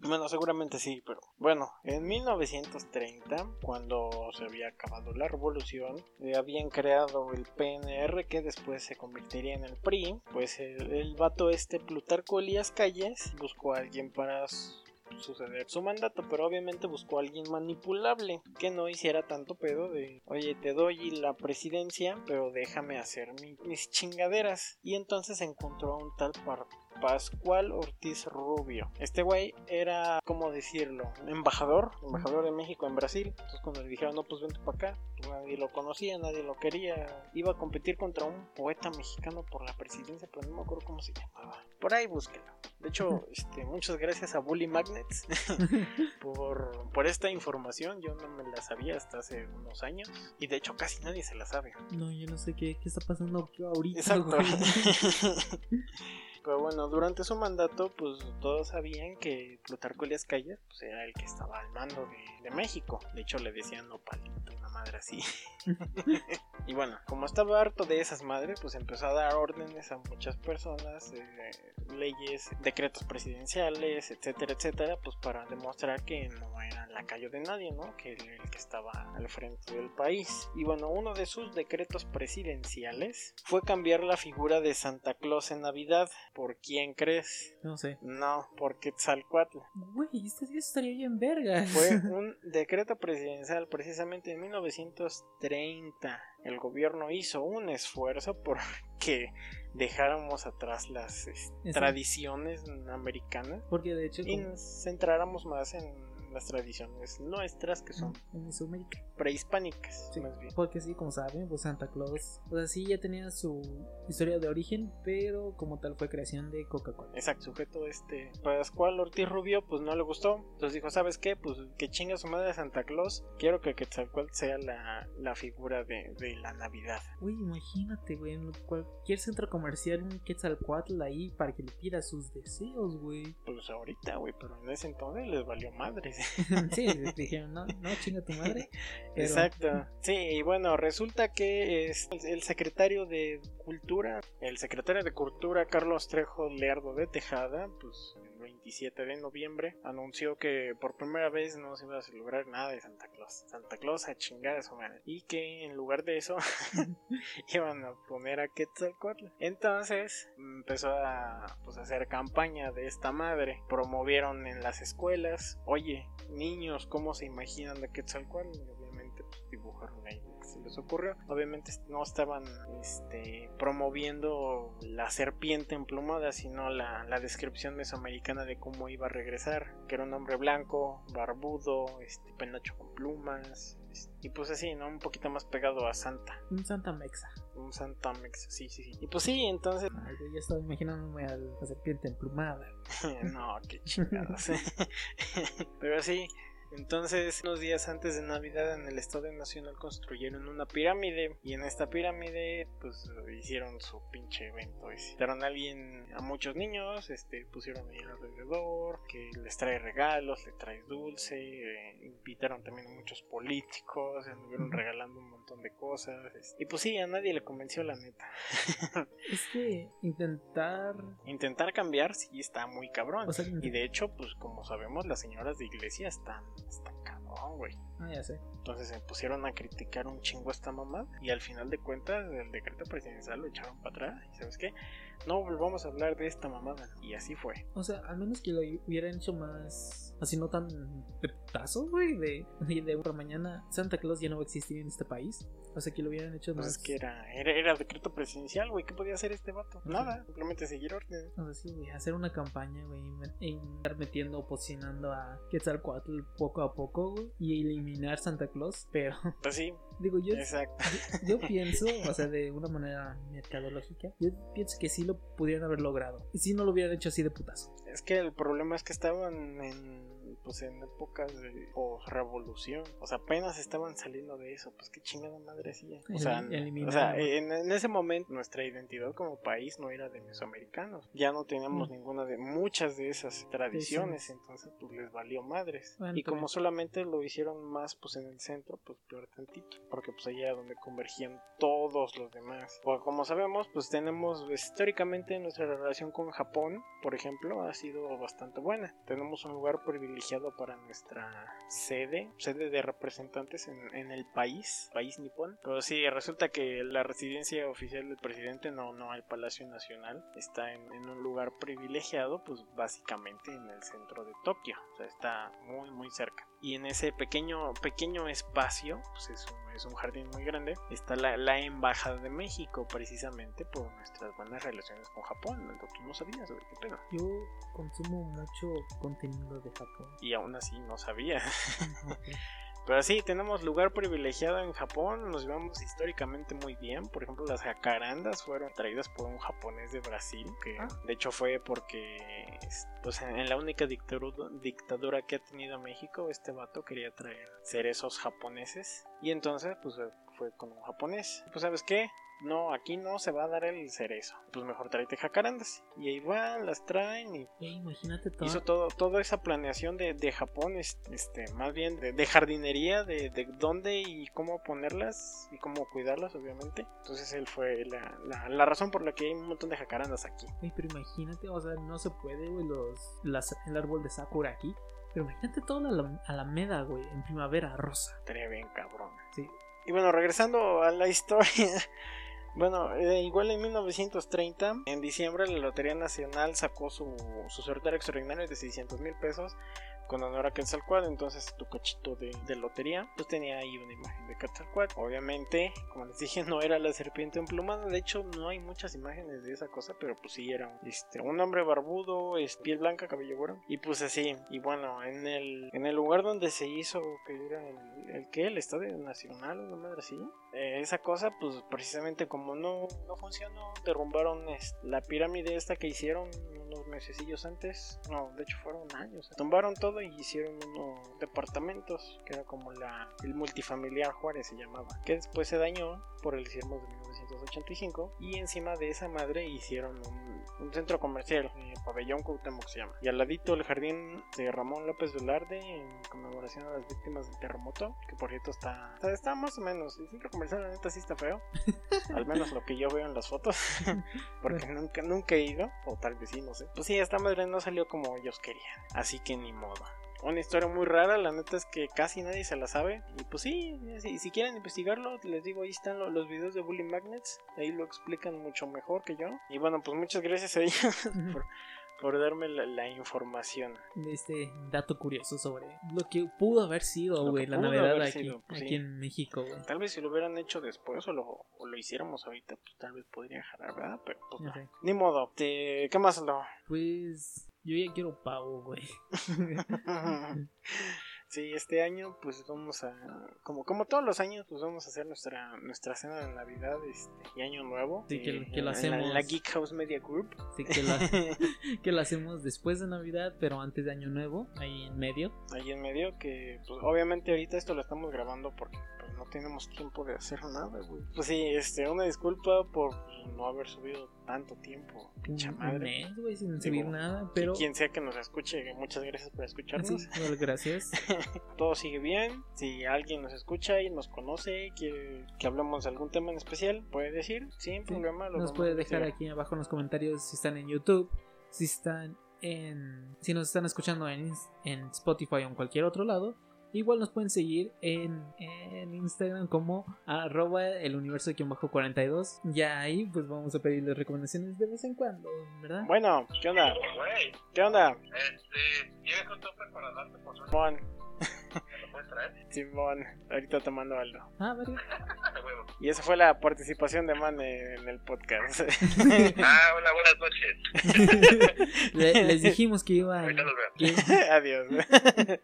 [SPEAKER 2] Bueno, seguramente sí, pero bueno, en 1930, cuando se había acabado la revolución, eh, habían creado el PNR que después se convertiría en el PRI, pues el, el vato este Plutarco Elías Calles buscó a alguien para s- suceder su mandato, pero obviamente buscó a alguien manipulable que no hiciera tanto pedo de, oye, te doy la presidencia, pero déjame hacer mi- mis chingaderas. Y entonces encontró a un tal Par- Pascual Ortiz Rubio. Este güey era, ¿cómo decirlo? Embajador, embajador de México en Brasil. Entonces cuando le dijeron, no, pues vente para acá, pues nadie lo conocía, nadie lo quería. Iba a competir contra un poeta mexicano por la presidencia, pero no me acuerdo cómo se llamaba. Por ahí búsquelo. De hecho, este, muchas gracias a Bully Magnets por, por esta información. Yo no me la sabía hasta hace unos años. Y de hecho casi nadie se la sabe.
[SPEAKER 1] No, yo no sé qué, qué está pasando ahorita.
[SPEAKER 2] Exacto.
[SPEAKER 1] güey.
[SPEAKER 2] Pero bueno, durante su mandato, pues todos sabían que Plutarco Elias Calles pues, era el que estaba al mando de, de México. De hecho, le decían nopalito, una madre así. y bueno, como estaba harto de esas madres, pues empezó a dar órdenes a muchas personas, eh, leyes, decretos presidenciales, etcétera, etcétera, pues para demostrar que no era la lacayo de nadie, ¿no? Que el, el que estaba al frente del país. Y bueno, uno de sus decretos presidenciales fue cambiar la figura de Santa Claus en Navidad. ¿Por quién crees?
[SPEAKER 1] No sé.
[SPEAKER 2] No, por Quetzalcoatl.
[SPEAKER 1] Güey, este día estaría bien verga.
[SPEAKER 2] Fue un decreto presidencial precisamente en 1930. El gobierno hizo un esfuerzo por que dejáramos atrás las es-
[SPEAKER 1] Eso.
[SPEAKER 2] tradiciones americanas
[SPEAKER 1] Porque de hecho,
[SPEAKER 2] y
[SPEAKER 1] como
[SPEAKER 2] nos centráramos más en las tradiciones nuestras que son
[SPEAKER 1] en Mesoamérica.
[SPEAKER 2] prehispánicas,
[SPEAKER 1] Sí.
[SPEAKER 2] más bien.
[SPEAKER 1] Porque sí, como saben, pues Santa Claus. O sea, sí ya tenía su historia de origen, pero como tal fue creación de Coca-Cola.
[SPEAKER 2] Exacto, sujeto este Pascual Ortiz Rubio, pues no le gustó. Entonces dijo, ¿sabes qué? Pues que chinga su madre Santa Claus. Quiero que Quetzalcoatl sea la, la figura de, de la Navidad.
[SPEAKER 1] Güey, imagínate, güey, en cualquier centro comercial un Quetzalcoatl ahí para que le pida sus deseos, güey.
[SPEAKER 2] Pues ahorita, güey, pero en ese entonces les valió madres.
[SPEAKER 1] sí, le dijeron, no, no, chinga tu madre. Pero-
[SPEAKER 2] Exacto. Sí, y bueno, resulta que es el- el secretario de Cultura, el secretario de Cultura Carlos Trejo Leardo de Tejada, pues el 20 27 de noviembre, anunció que por primera vez no se iba a celebrar nada de Santa Claus. Santa Claus a chingar a su madre. Y que en lugar de eso iban a poner a Quetzalcoatl. Entonces empezó a pues, hacer campaña de esta madre. Promovieron en las escuelas, oye, niños, ¿cómo se imaginan de Quetzalcoatl? Y obviamente pues, dibujaron ahí lo que se les ocurrió. Obviamente no estaban este, promoviendo la serpiente emplumada, sino la, la descripción mesoamericana de cómo iba a regresar, que era un hombre blanco, barbudo, este, penacho con plumas, y pues así, ¿no? Un poquito más pegado a Santa.
[SPEAKER 1] Un Santa Mexa.
[SPEAKER 2] Un Santa Mexa, sí, sí, sí. Y pues sí, entonces.
[SPEAKER 1] Ay, yo ya estaba imaginándome a la serpiente emplumada.
[SPEAKER 2] no, qué chingados. Pero sí. Entonces, unos días antes de Navidad en el Estadio Nacional construyeron una pirámide y en esta pirámide pues hicieron su pinche evento. Visitaron a alguien, a muchos niños, este, pusieron ahí alrededor, que les trae regalos, les trae dulce, eh, invitaron también a muchos políticos, estuvieron regalando un montón de cosas. Este. y pues sí, a nadie le convenció la neta.
[SPEAKER 1] es que intentar...
[SPEAKER 2] Intentar cambiar sí está muy cabrón. O sea, y de hecho, pues como sabemos, las señoras de iglesia están está cabrón, güey.
[SPEAKER 1] Ah, ya sé.
[SPEAKER 2] Entonces se pusieron a criticar un chingo a esta mamá y al final de cuentas el decreto presidencial lo echaron para atrás y sabes qué, no volvamos a hablar de esta mamada y así fue.
[SPEAKER 1] O sea, al menos que lo hubieran hecho más así no tan de putazo, güey, de, de, de por mañana Santa Claus ya no va a existir en este país. O sea, que lo hubieran hecho más.
[SPEAKER 2] Pues es que era, era, era decreto presidencial, güey. ¿Qué podía hacer este vato? Okay. Nada, simplemente seguir orden.
[SPEAKER 1] O sea, sí, güey. Hacer una campaña, güey. Y estar metiendo, posicionando a Quetzalcoatl poco a poco, güey. Y eliminar Santa Claus, pero.
[SPEAKER 2] Pues sí.
[SPEAKER 1] Digo, yo.
[SPEAKER 2] Exacto.
[SPEAKER 1] Yo, yo, pienso, o sea, de una manera mercadológica, yo pienso que sí lo pudieran haber logrado. Y si no lo hubieran hecho así de putazo.
[SPEAKER 2] Es que el problema es que estaban en. Pues en épocas de revolución. O sea, apenas estaban saliendo de eso. Pues qué chingada madre. O sea, o sea en, en, ese momento nuestra identidad como país no era de mesoamericanos. Ya no teníamos no. ninguna de muchas de esas tradiciones, entonces pues les valió madres. Bueno, y como bien. solamente lo hicieron más pues en el centro, pues peor tantito, porque pues allá era donde convergían todos los demás. O como sabemos, pues tenemos históricamente nuestra relación con Japón, por ejemplo, ha sido bastante buena. Tenemos un lugar privilegiado para nuestra sede, sede de representantes en, en el país, país nipón. Pero sí, resulta que la residencia oficial del presidente, no, no, el Palacio Nacional, está en, en, un lugar privilegiado, pues básicamente en el centro de Tokio. O sea, está muy, muy cerca. Y en ese pequeño, pequeño espacio, pues es un, es un jardín muy grande, está la, la, Embajada de México, precisamente por nuestras buenas relaciones con Japón. ¿no? Tú no sabías, sobre qué pena.
[SPEAKER 1] Yo consumo mucho contenido de Japón.
[SPEAKER 2] Y aún así no sabía. Pero sí, tenemos lugar privilegiado en Japón, nos llevamos históricamente muy bien. Por ejemplo, las jacarandas fueron traídas por un japonés de Brasil, que ¿Ah? de hecho fue porque pues, en la única dictadura, dictadura que ha tenido México, este vato quería traer cerezos japoneses. Y entonces, pues fue con un japonés. Pues sabes qué, no, aquí no se va a dar el cerezo. Pues mejor tráete jacarandas. Y ahí van, las traen y.
[SPEAKER 1] Hey, E imagínate todo.
[SPEAKER 2] Hizo todo, toda esa planeación de, de Japón, este, más bien de, de jardinería, de, de, dónde y cómo ponerlas y cómo cuidarlas, obviamente. Entonces él fue la, la, la razón por la que hay un montón de jacarandas aquí.
[SPEAKER 1] Hey, pero imagínate, o sea, no se puede, güey, los, las, el árbol de Sakura aquí. Pero imagínate toda la alameda, güey, en primavera rosa.
[SPEAKER 2] Estaría bien cabrón.
[SPEAKER 1] Sí.
[SPEAKER 2] Y bueno, regresando a la historia. Bueno, eh, igual en 1930, en diciembre, la Lotería Nacional sacó su, su sorteo extraordinario de 600 mil pesos con honor a Quetzalcoatl. Entonces, tu cachito de, de, lotería, pues tenía ahí una imagen de Quetzalcoatl. Obviamente, como les dije, no era la serpiente emplumada. De hecho, no hay muchas imágenes de esa cosa, pero pues sí, era un, este, un hombre barbudo, es piel blanca, cabello güero. Y pues así, y bueno, en el, en el lugar donde se hizo, que era el, el que, el Estadio Nacional, una madre así, eh, esa cosa, pues precisamente como no, no funcionó, derrumbaron este, la pirámide esta que hicieron unos mesecillos antes. No, de hecho, fueron años. Tumbaron todo todo y hicieron unos departamentos, que era como la, el multifamiliar Juárez se llamaba, que después se dañó por el sismo de 1985 y encima de esa madre hicieron un, un centro comercial, eh, Pabellón Cuauhtémoc se llama, y al ladito el jardín de Ramón López Velarde en conmemoración a las víctimas del terremoto, que por cierto está, está, está más o menos, el centro comercial la neta sí está feo, al menos lo que yo veo en las fotos, porque nunca, nunca he ido, o tal vez sí, no sé. Pues sí, esta madre no salió como ellos querían, así que ni modo una historia muy rara, la neta es que casi nadie se la sabe. Y pues sí, si, si quieren investigarlo, les digo, ahí están los, los, videos de Bully Magnets, ahí lo explican mucho mejor que yo. Y bueno, pues muchas gracias a ellos por, por darme la, la, información.
[SPEAKER 1] Este dato curioso sobre lo que pudo haber sido, güey, la novedad aquí, sido, pues, aquí sí. en México, güey.
[SPEAKER 2] Tal vez si lo hubieran hecho después o lo, o lo hiciéramos ahorita, pues tal vez podría jalar, ¿verdad? Pero pues no. Sé. Ni modo. Te, ¿Qué más lo?
[SPEAKER 1] Pues yo ya quiero pavo, güey.
[SPEAKER 2] Sí, este año pues vamos a, como, como todos los años, pues vamos a hacer nuestra nuestra cena de Navidad este, y Año Nuevo.
[SPEAKER 1] Sí, que,
[SPEAKER 2] eh,
[SPEAKER 1] que lo hacemos.
[SPEAKER 2] En la, en la, Geek House Media Group.
[SPEAKER 1] Sí, que, la, que lo hacemos después de Navidad, pero antes de Año Nuevo, ahí en medio.
[SPEAKER 2] Ahí en medio, que pues obviamente ahorita esto lo estamos grabando porque pues, no tenemos tiempo de hacer nada, güey. Pues sí, este, una disculpa por no haber subido tanto tiempo. Pincha madre.
[SPEAKER 1] Un güey, sin subir Digo, nada, Mm, pero...
[SPEAKER 2] Quien sea que nos escuche, muchas gracias por escucharnos.
[SPEAKER 1] Sí, bueno, gracias.
[SPEAKER 2] todo sigue bien. Si alguien nos escucha y nos conoce, quiere que hablemos de algún tema en especial, puede decir, sin sí, problema.
[SPEAKER 1] Lo nos puede dejar aquí abajo en los comentarios si están en YouTube, si están en. si nos están escuchando en, en Spotify o en cualquier otro lado. Igual nos pueden seguir en, en Instagram como arroba el universo 42. Ya ahí pues vamos a pedirles recomendaciones de vez en cuando, ¿verdad?
[SPEAKER 2] Bueno, ¿qué onda? ¿Qué onda?
[SPEAKER 3] Este, ¿tienes un tope para darte por su... ¿Te lo puedes traer?
[SPEAKER 2] Simón, ahorita te mando algo.
[SPEAKER 1] Ah, vale.
[SPEAKER 2] y esa fue la participación de Man en el podcast.
[SPEAKER 3] ah, hola, buenas noches.
[SPEAKER 1] Le, les dijimos que iba.
[SPEAKER 3] Ahorita los
[SPEAKER 2] veo. Adiós.
[SPEAKER 3] Adiós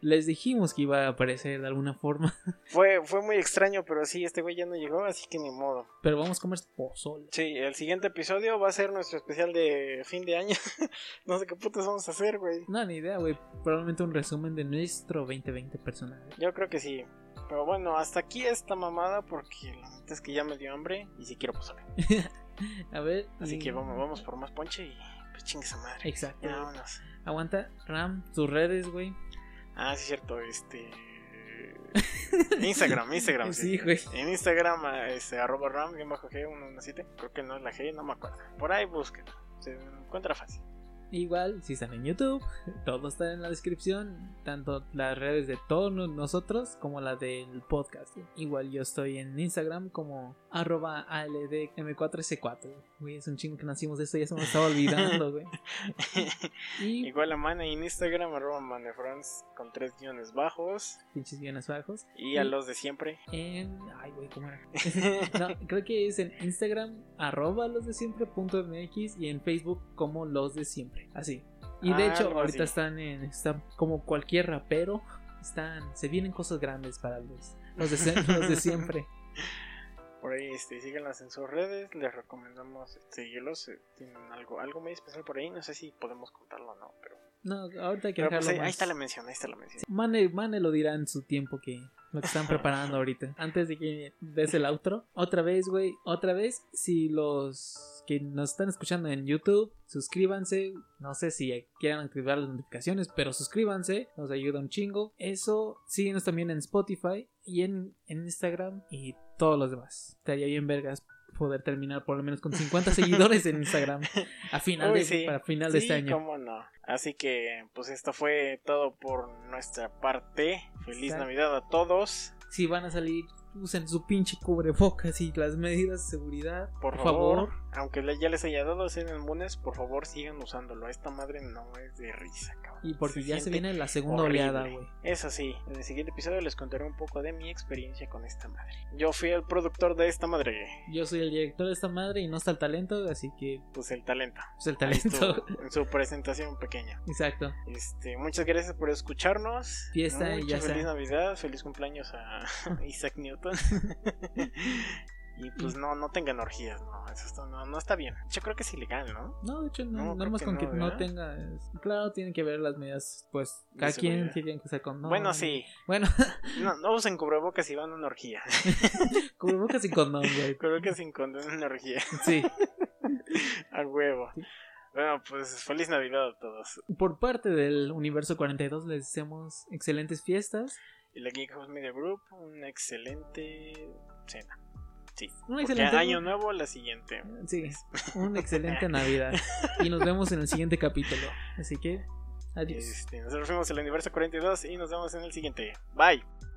[SPEAKER 1] les dijimos que iba a aparecer de alguna forma.
[SPEAKER 2] Fue, fue muy extraño, pero sí, este güey ya no llegó, así que ni modo.
[SPEAKER 1] Pero vamos a comer pozole.
[SPEAKER 2] Sí, el siguiente episodio va a ser nuestro especial de fin de año. no sé qué putas vamos a hacer, güey.
[SPEAKER 1] No, ni idea, güey. Probablemente un resumen de nuestro 2020 personal.
[SPEAKER 2] Yo creo que sí. Pero bueno, hasta aquí esta mamada porque la neta es que ya me dio hambre y sí quiero pozole.
[SPEAKER 1] a ver. eh,
[SPEAKER 2] Así y... que vamos, vamos por más ponche y pues chingue su madre.
[SPEAKER 1] Exacto. Ya, vámonos. Aguanta, Ram, tus redes, güey.
[SPEAKER 2] Ah, sí, cierto, este. Instagram, Instagram.
[SPEAKER 1] sí, güey.
[SPEAKER 2] En Instagram, este, arroba ram, bien bajo G117. Creo que no es la G, no me acuerdo. Por ahí busquen, se encuentra fácil.
[SPEAKER 1] Igual, si están en YouTube, todo está en la descripción, tanto las redes de todos nosotros como la del podcast. Igual yo estoy en Instagram como arroba ALDM4S4. Güey, es un chingo que nacimos de esto, ya se me estaba olvidando, güey.
[SPEAKER 2] y... Igual a Mana en Instagram, arroba Manefrance con tres guiones bajos.
[SPEAKER 1] Pinches guiones bajos.
[SPEAKER 2] Y, y a los de siempre.
[SPEAKER 1] En... Ay, güey, ¿cómo era? no, creo que es en Instagram, arroba los de siempre punto MX y en Facebook como los de siempre. Así. Y de ah, hecho, ahorita así. están en. Están como cualquier rapero. Están. Se vienen cosas grandes para los, los, de, los de siempre.
[SPEAKER 2] por ahí este, síganlas en sus redes, les recomendamos seguirlos, este, tienen algo, algo muy especial por ahí, no sé si podemos contarlo o no, pero...
[SPEAKER 1] No, ahorita hay que
[SPEAKER 2] pero
[SPEAKER 1] dejarlo
[SPEAKER 2] pues,
[SPEAKER 1] más.
[SPEAKER 2] Ahí está la mención, ahí está la mención.
[SPEAKER 1] Mane, Mane lo dirá en su tiempo que lo que están preparando ahorita. Antes de que des el outro, otra vez, güey, otra vez, si los que nos están escuchando en YouTube, suscríbanse, no sé si quieran activar las notificaciones, pero suscríbanse, nos ayuda un chingo. Eso, síguenos también en Spotify y en, en Instagram y todos los demás. Estaría bien vergas poder terminar por lo menos con 50 seguidores en Instagram a final Uy, de, sí. para final de
[SPEAKER 2] sí,
[SPEAKER 1] este año.
[SPEAKER 2] Cómo no. Así que pues esto fue todo por nuestra parte. Feliz Exacto. Navidad a todos.
[SPEAKER 1] Si van a salir usen su pinche cubrebocas y las medidas de seguridad.
[SPEAKER 2] Por, por favor, favor, Aunque ya les haya dado en el lunes, por favor sigan usándolo. Esta madre no es de risa, cabrón.
[SPEAKER 1] Y porque se ya se viene la segunda horrible. oleada, güey.
[SPEAKER 2] Eso sí, en el siguiente episodio les contaré un poco de mi experiencia con esta madre. Yo fui el productor de esta madre.
[SPEAKER 1] Yo soy el director de esta madre y no está el talento, así que.
[SPEAKER 2] Pues el talento.
[SPEAKER 1] Pues el talento.
[SPEAKER 2] en su presentación pequeña.
[SPEAKER 1] Exacto.
[SPEAKER 2] Este, muchas gracias por escucharnos.
[SPEAKER 1] Fiesta y ya
[SPEAKER 2] Feliz sea. Navidad, feliz cumpleaños a Isaac Newton. Y pues no, no tengan orgías, no, eso está- no, no está bien. Yo creo que es ilegal, ¿no?
[SPEAKER 1] No, de hecho,
[SPEAKER 2] No,
[SPEAKER 1] no,
[SPEAKER 2] creo
[SPEAKER 1] nada más
[SPEAKER 2] que
[SPEAKER 1] con
[SPEAKER 2] no,
[SPEAKER 1] que no
[SPEAKER 2] ¿verdad?
[SPEAKER 1] tenga. Claro, tienen que ver las medidas, pues,
[SPEAKER 2] De
[SPEAKER 1] cada quien
[SPEAKER 2] seguridad.
[SPEAKER 1] tiene que usar condón.
[SPEAKER 2] bueno, sí.
[SPEAKER 1] Bueno,
[SPEAKER 2] No, no usen cubrebocas si van a una orgía.
[SPEAKER 1] cubrebocas y condón, güey.
[SPEAKER 2] Creo que sin condón en una orgía.
[SPEAKER 1] Sí.
[SPEAKER 2] Al huevo.
[SPEAKER 1] Sí.
[SPEAKER 2] Bueno, pues feliz Navidad a todos.
[SPEAKER 1] Por parte del Universo 42 les deseamos excelentes fiestas.
[SPEAKER 2] Y la Geek House Media Group, una excelente cena. Sí.
[SPEAKER 1] Un
[SPEAKER 2] Porque
[SPEAKER 1] excelente
[SPEAKER 2] año nuevo, la siguiente.
[SPEAKER 1] Sí, una excelente Navidad. Y nos vemos en el siguiente capítulo. Así que, adiós.
[SPEAKER 2] Este, nosotros fuimos el Universo 42 y nos vemos en el siguiente. Bye.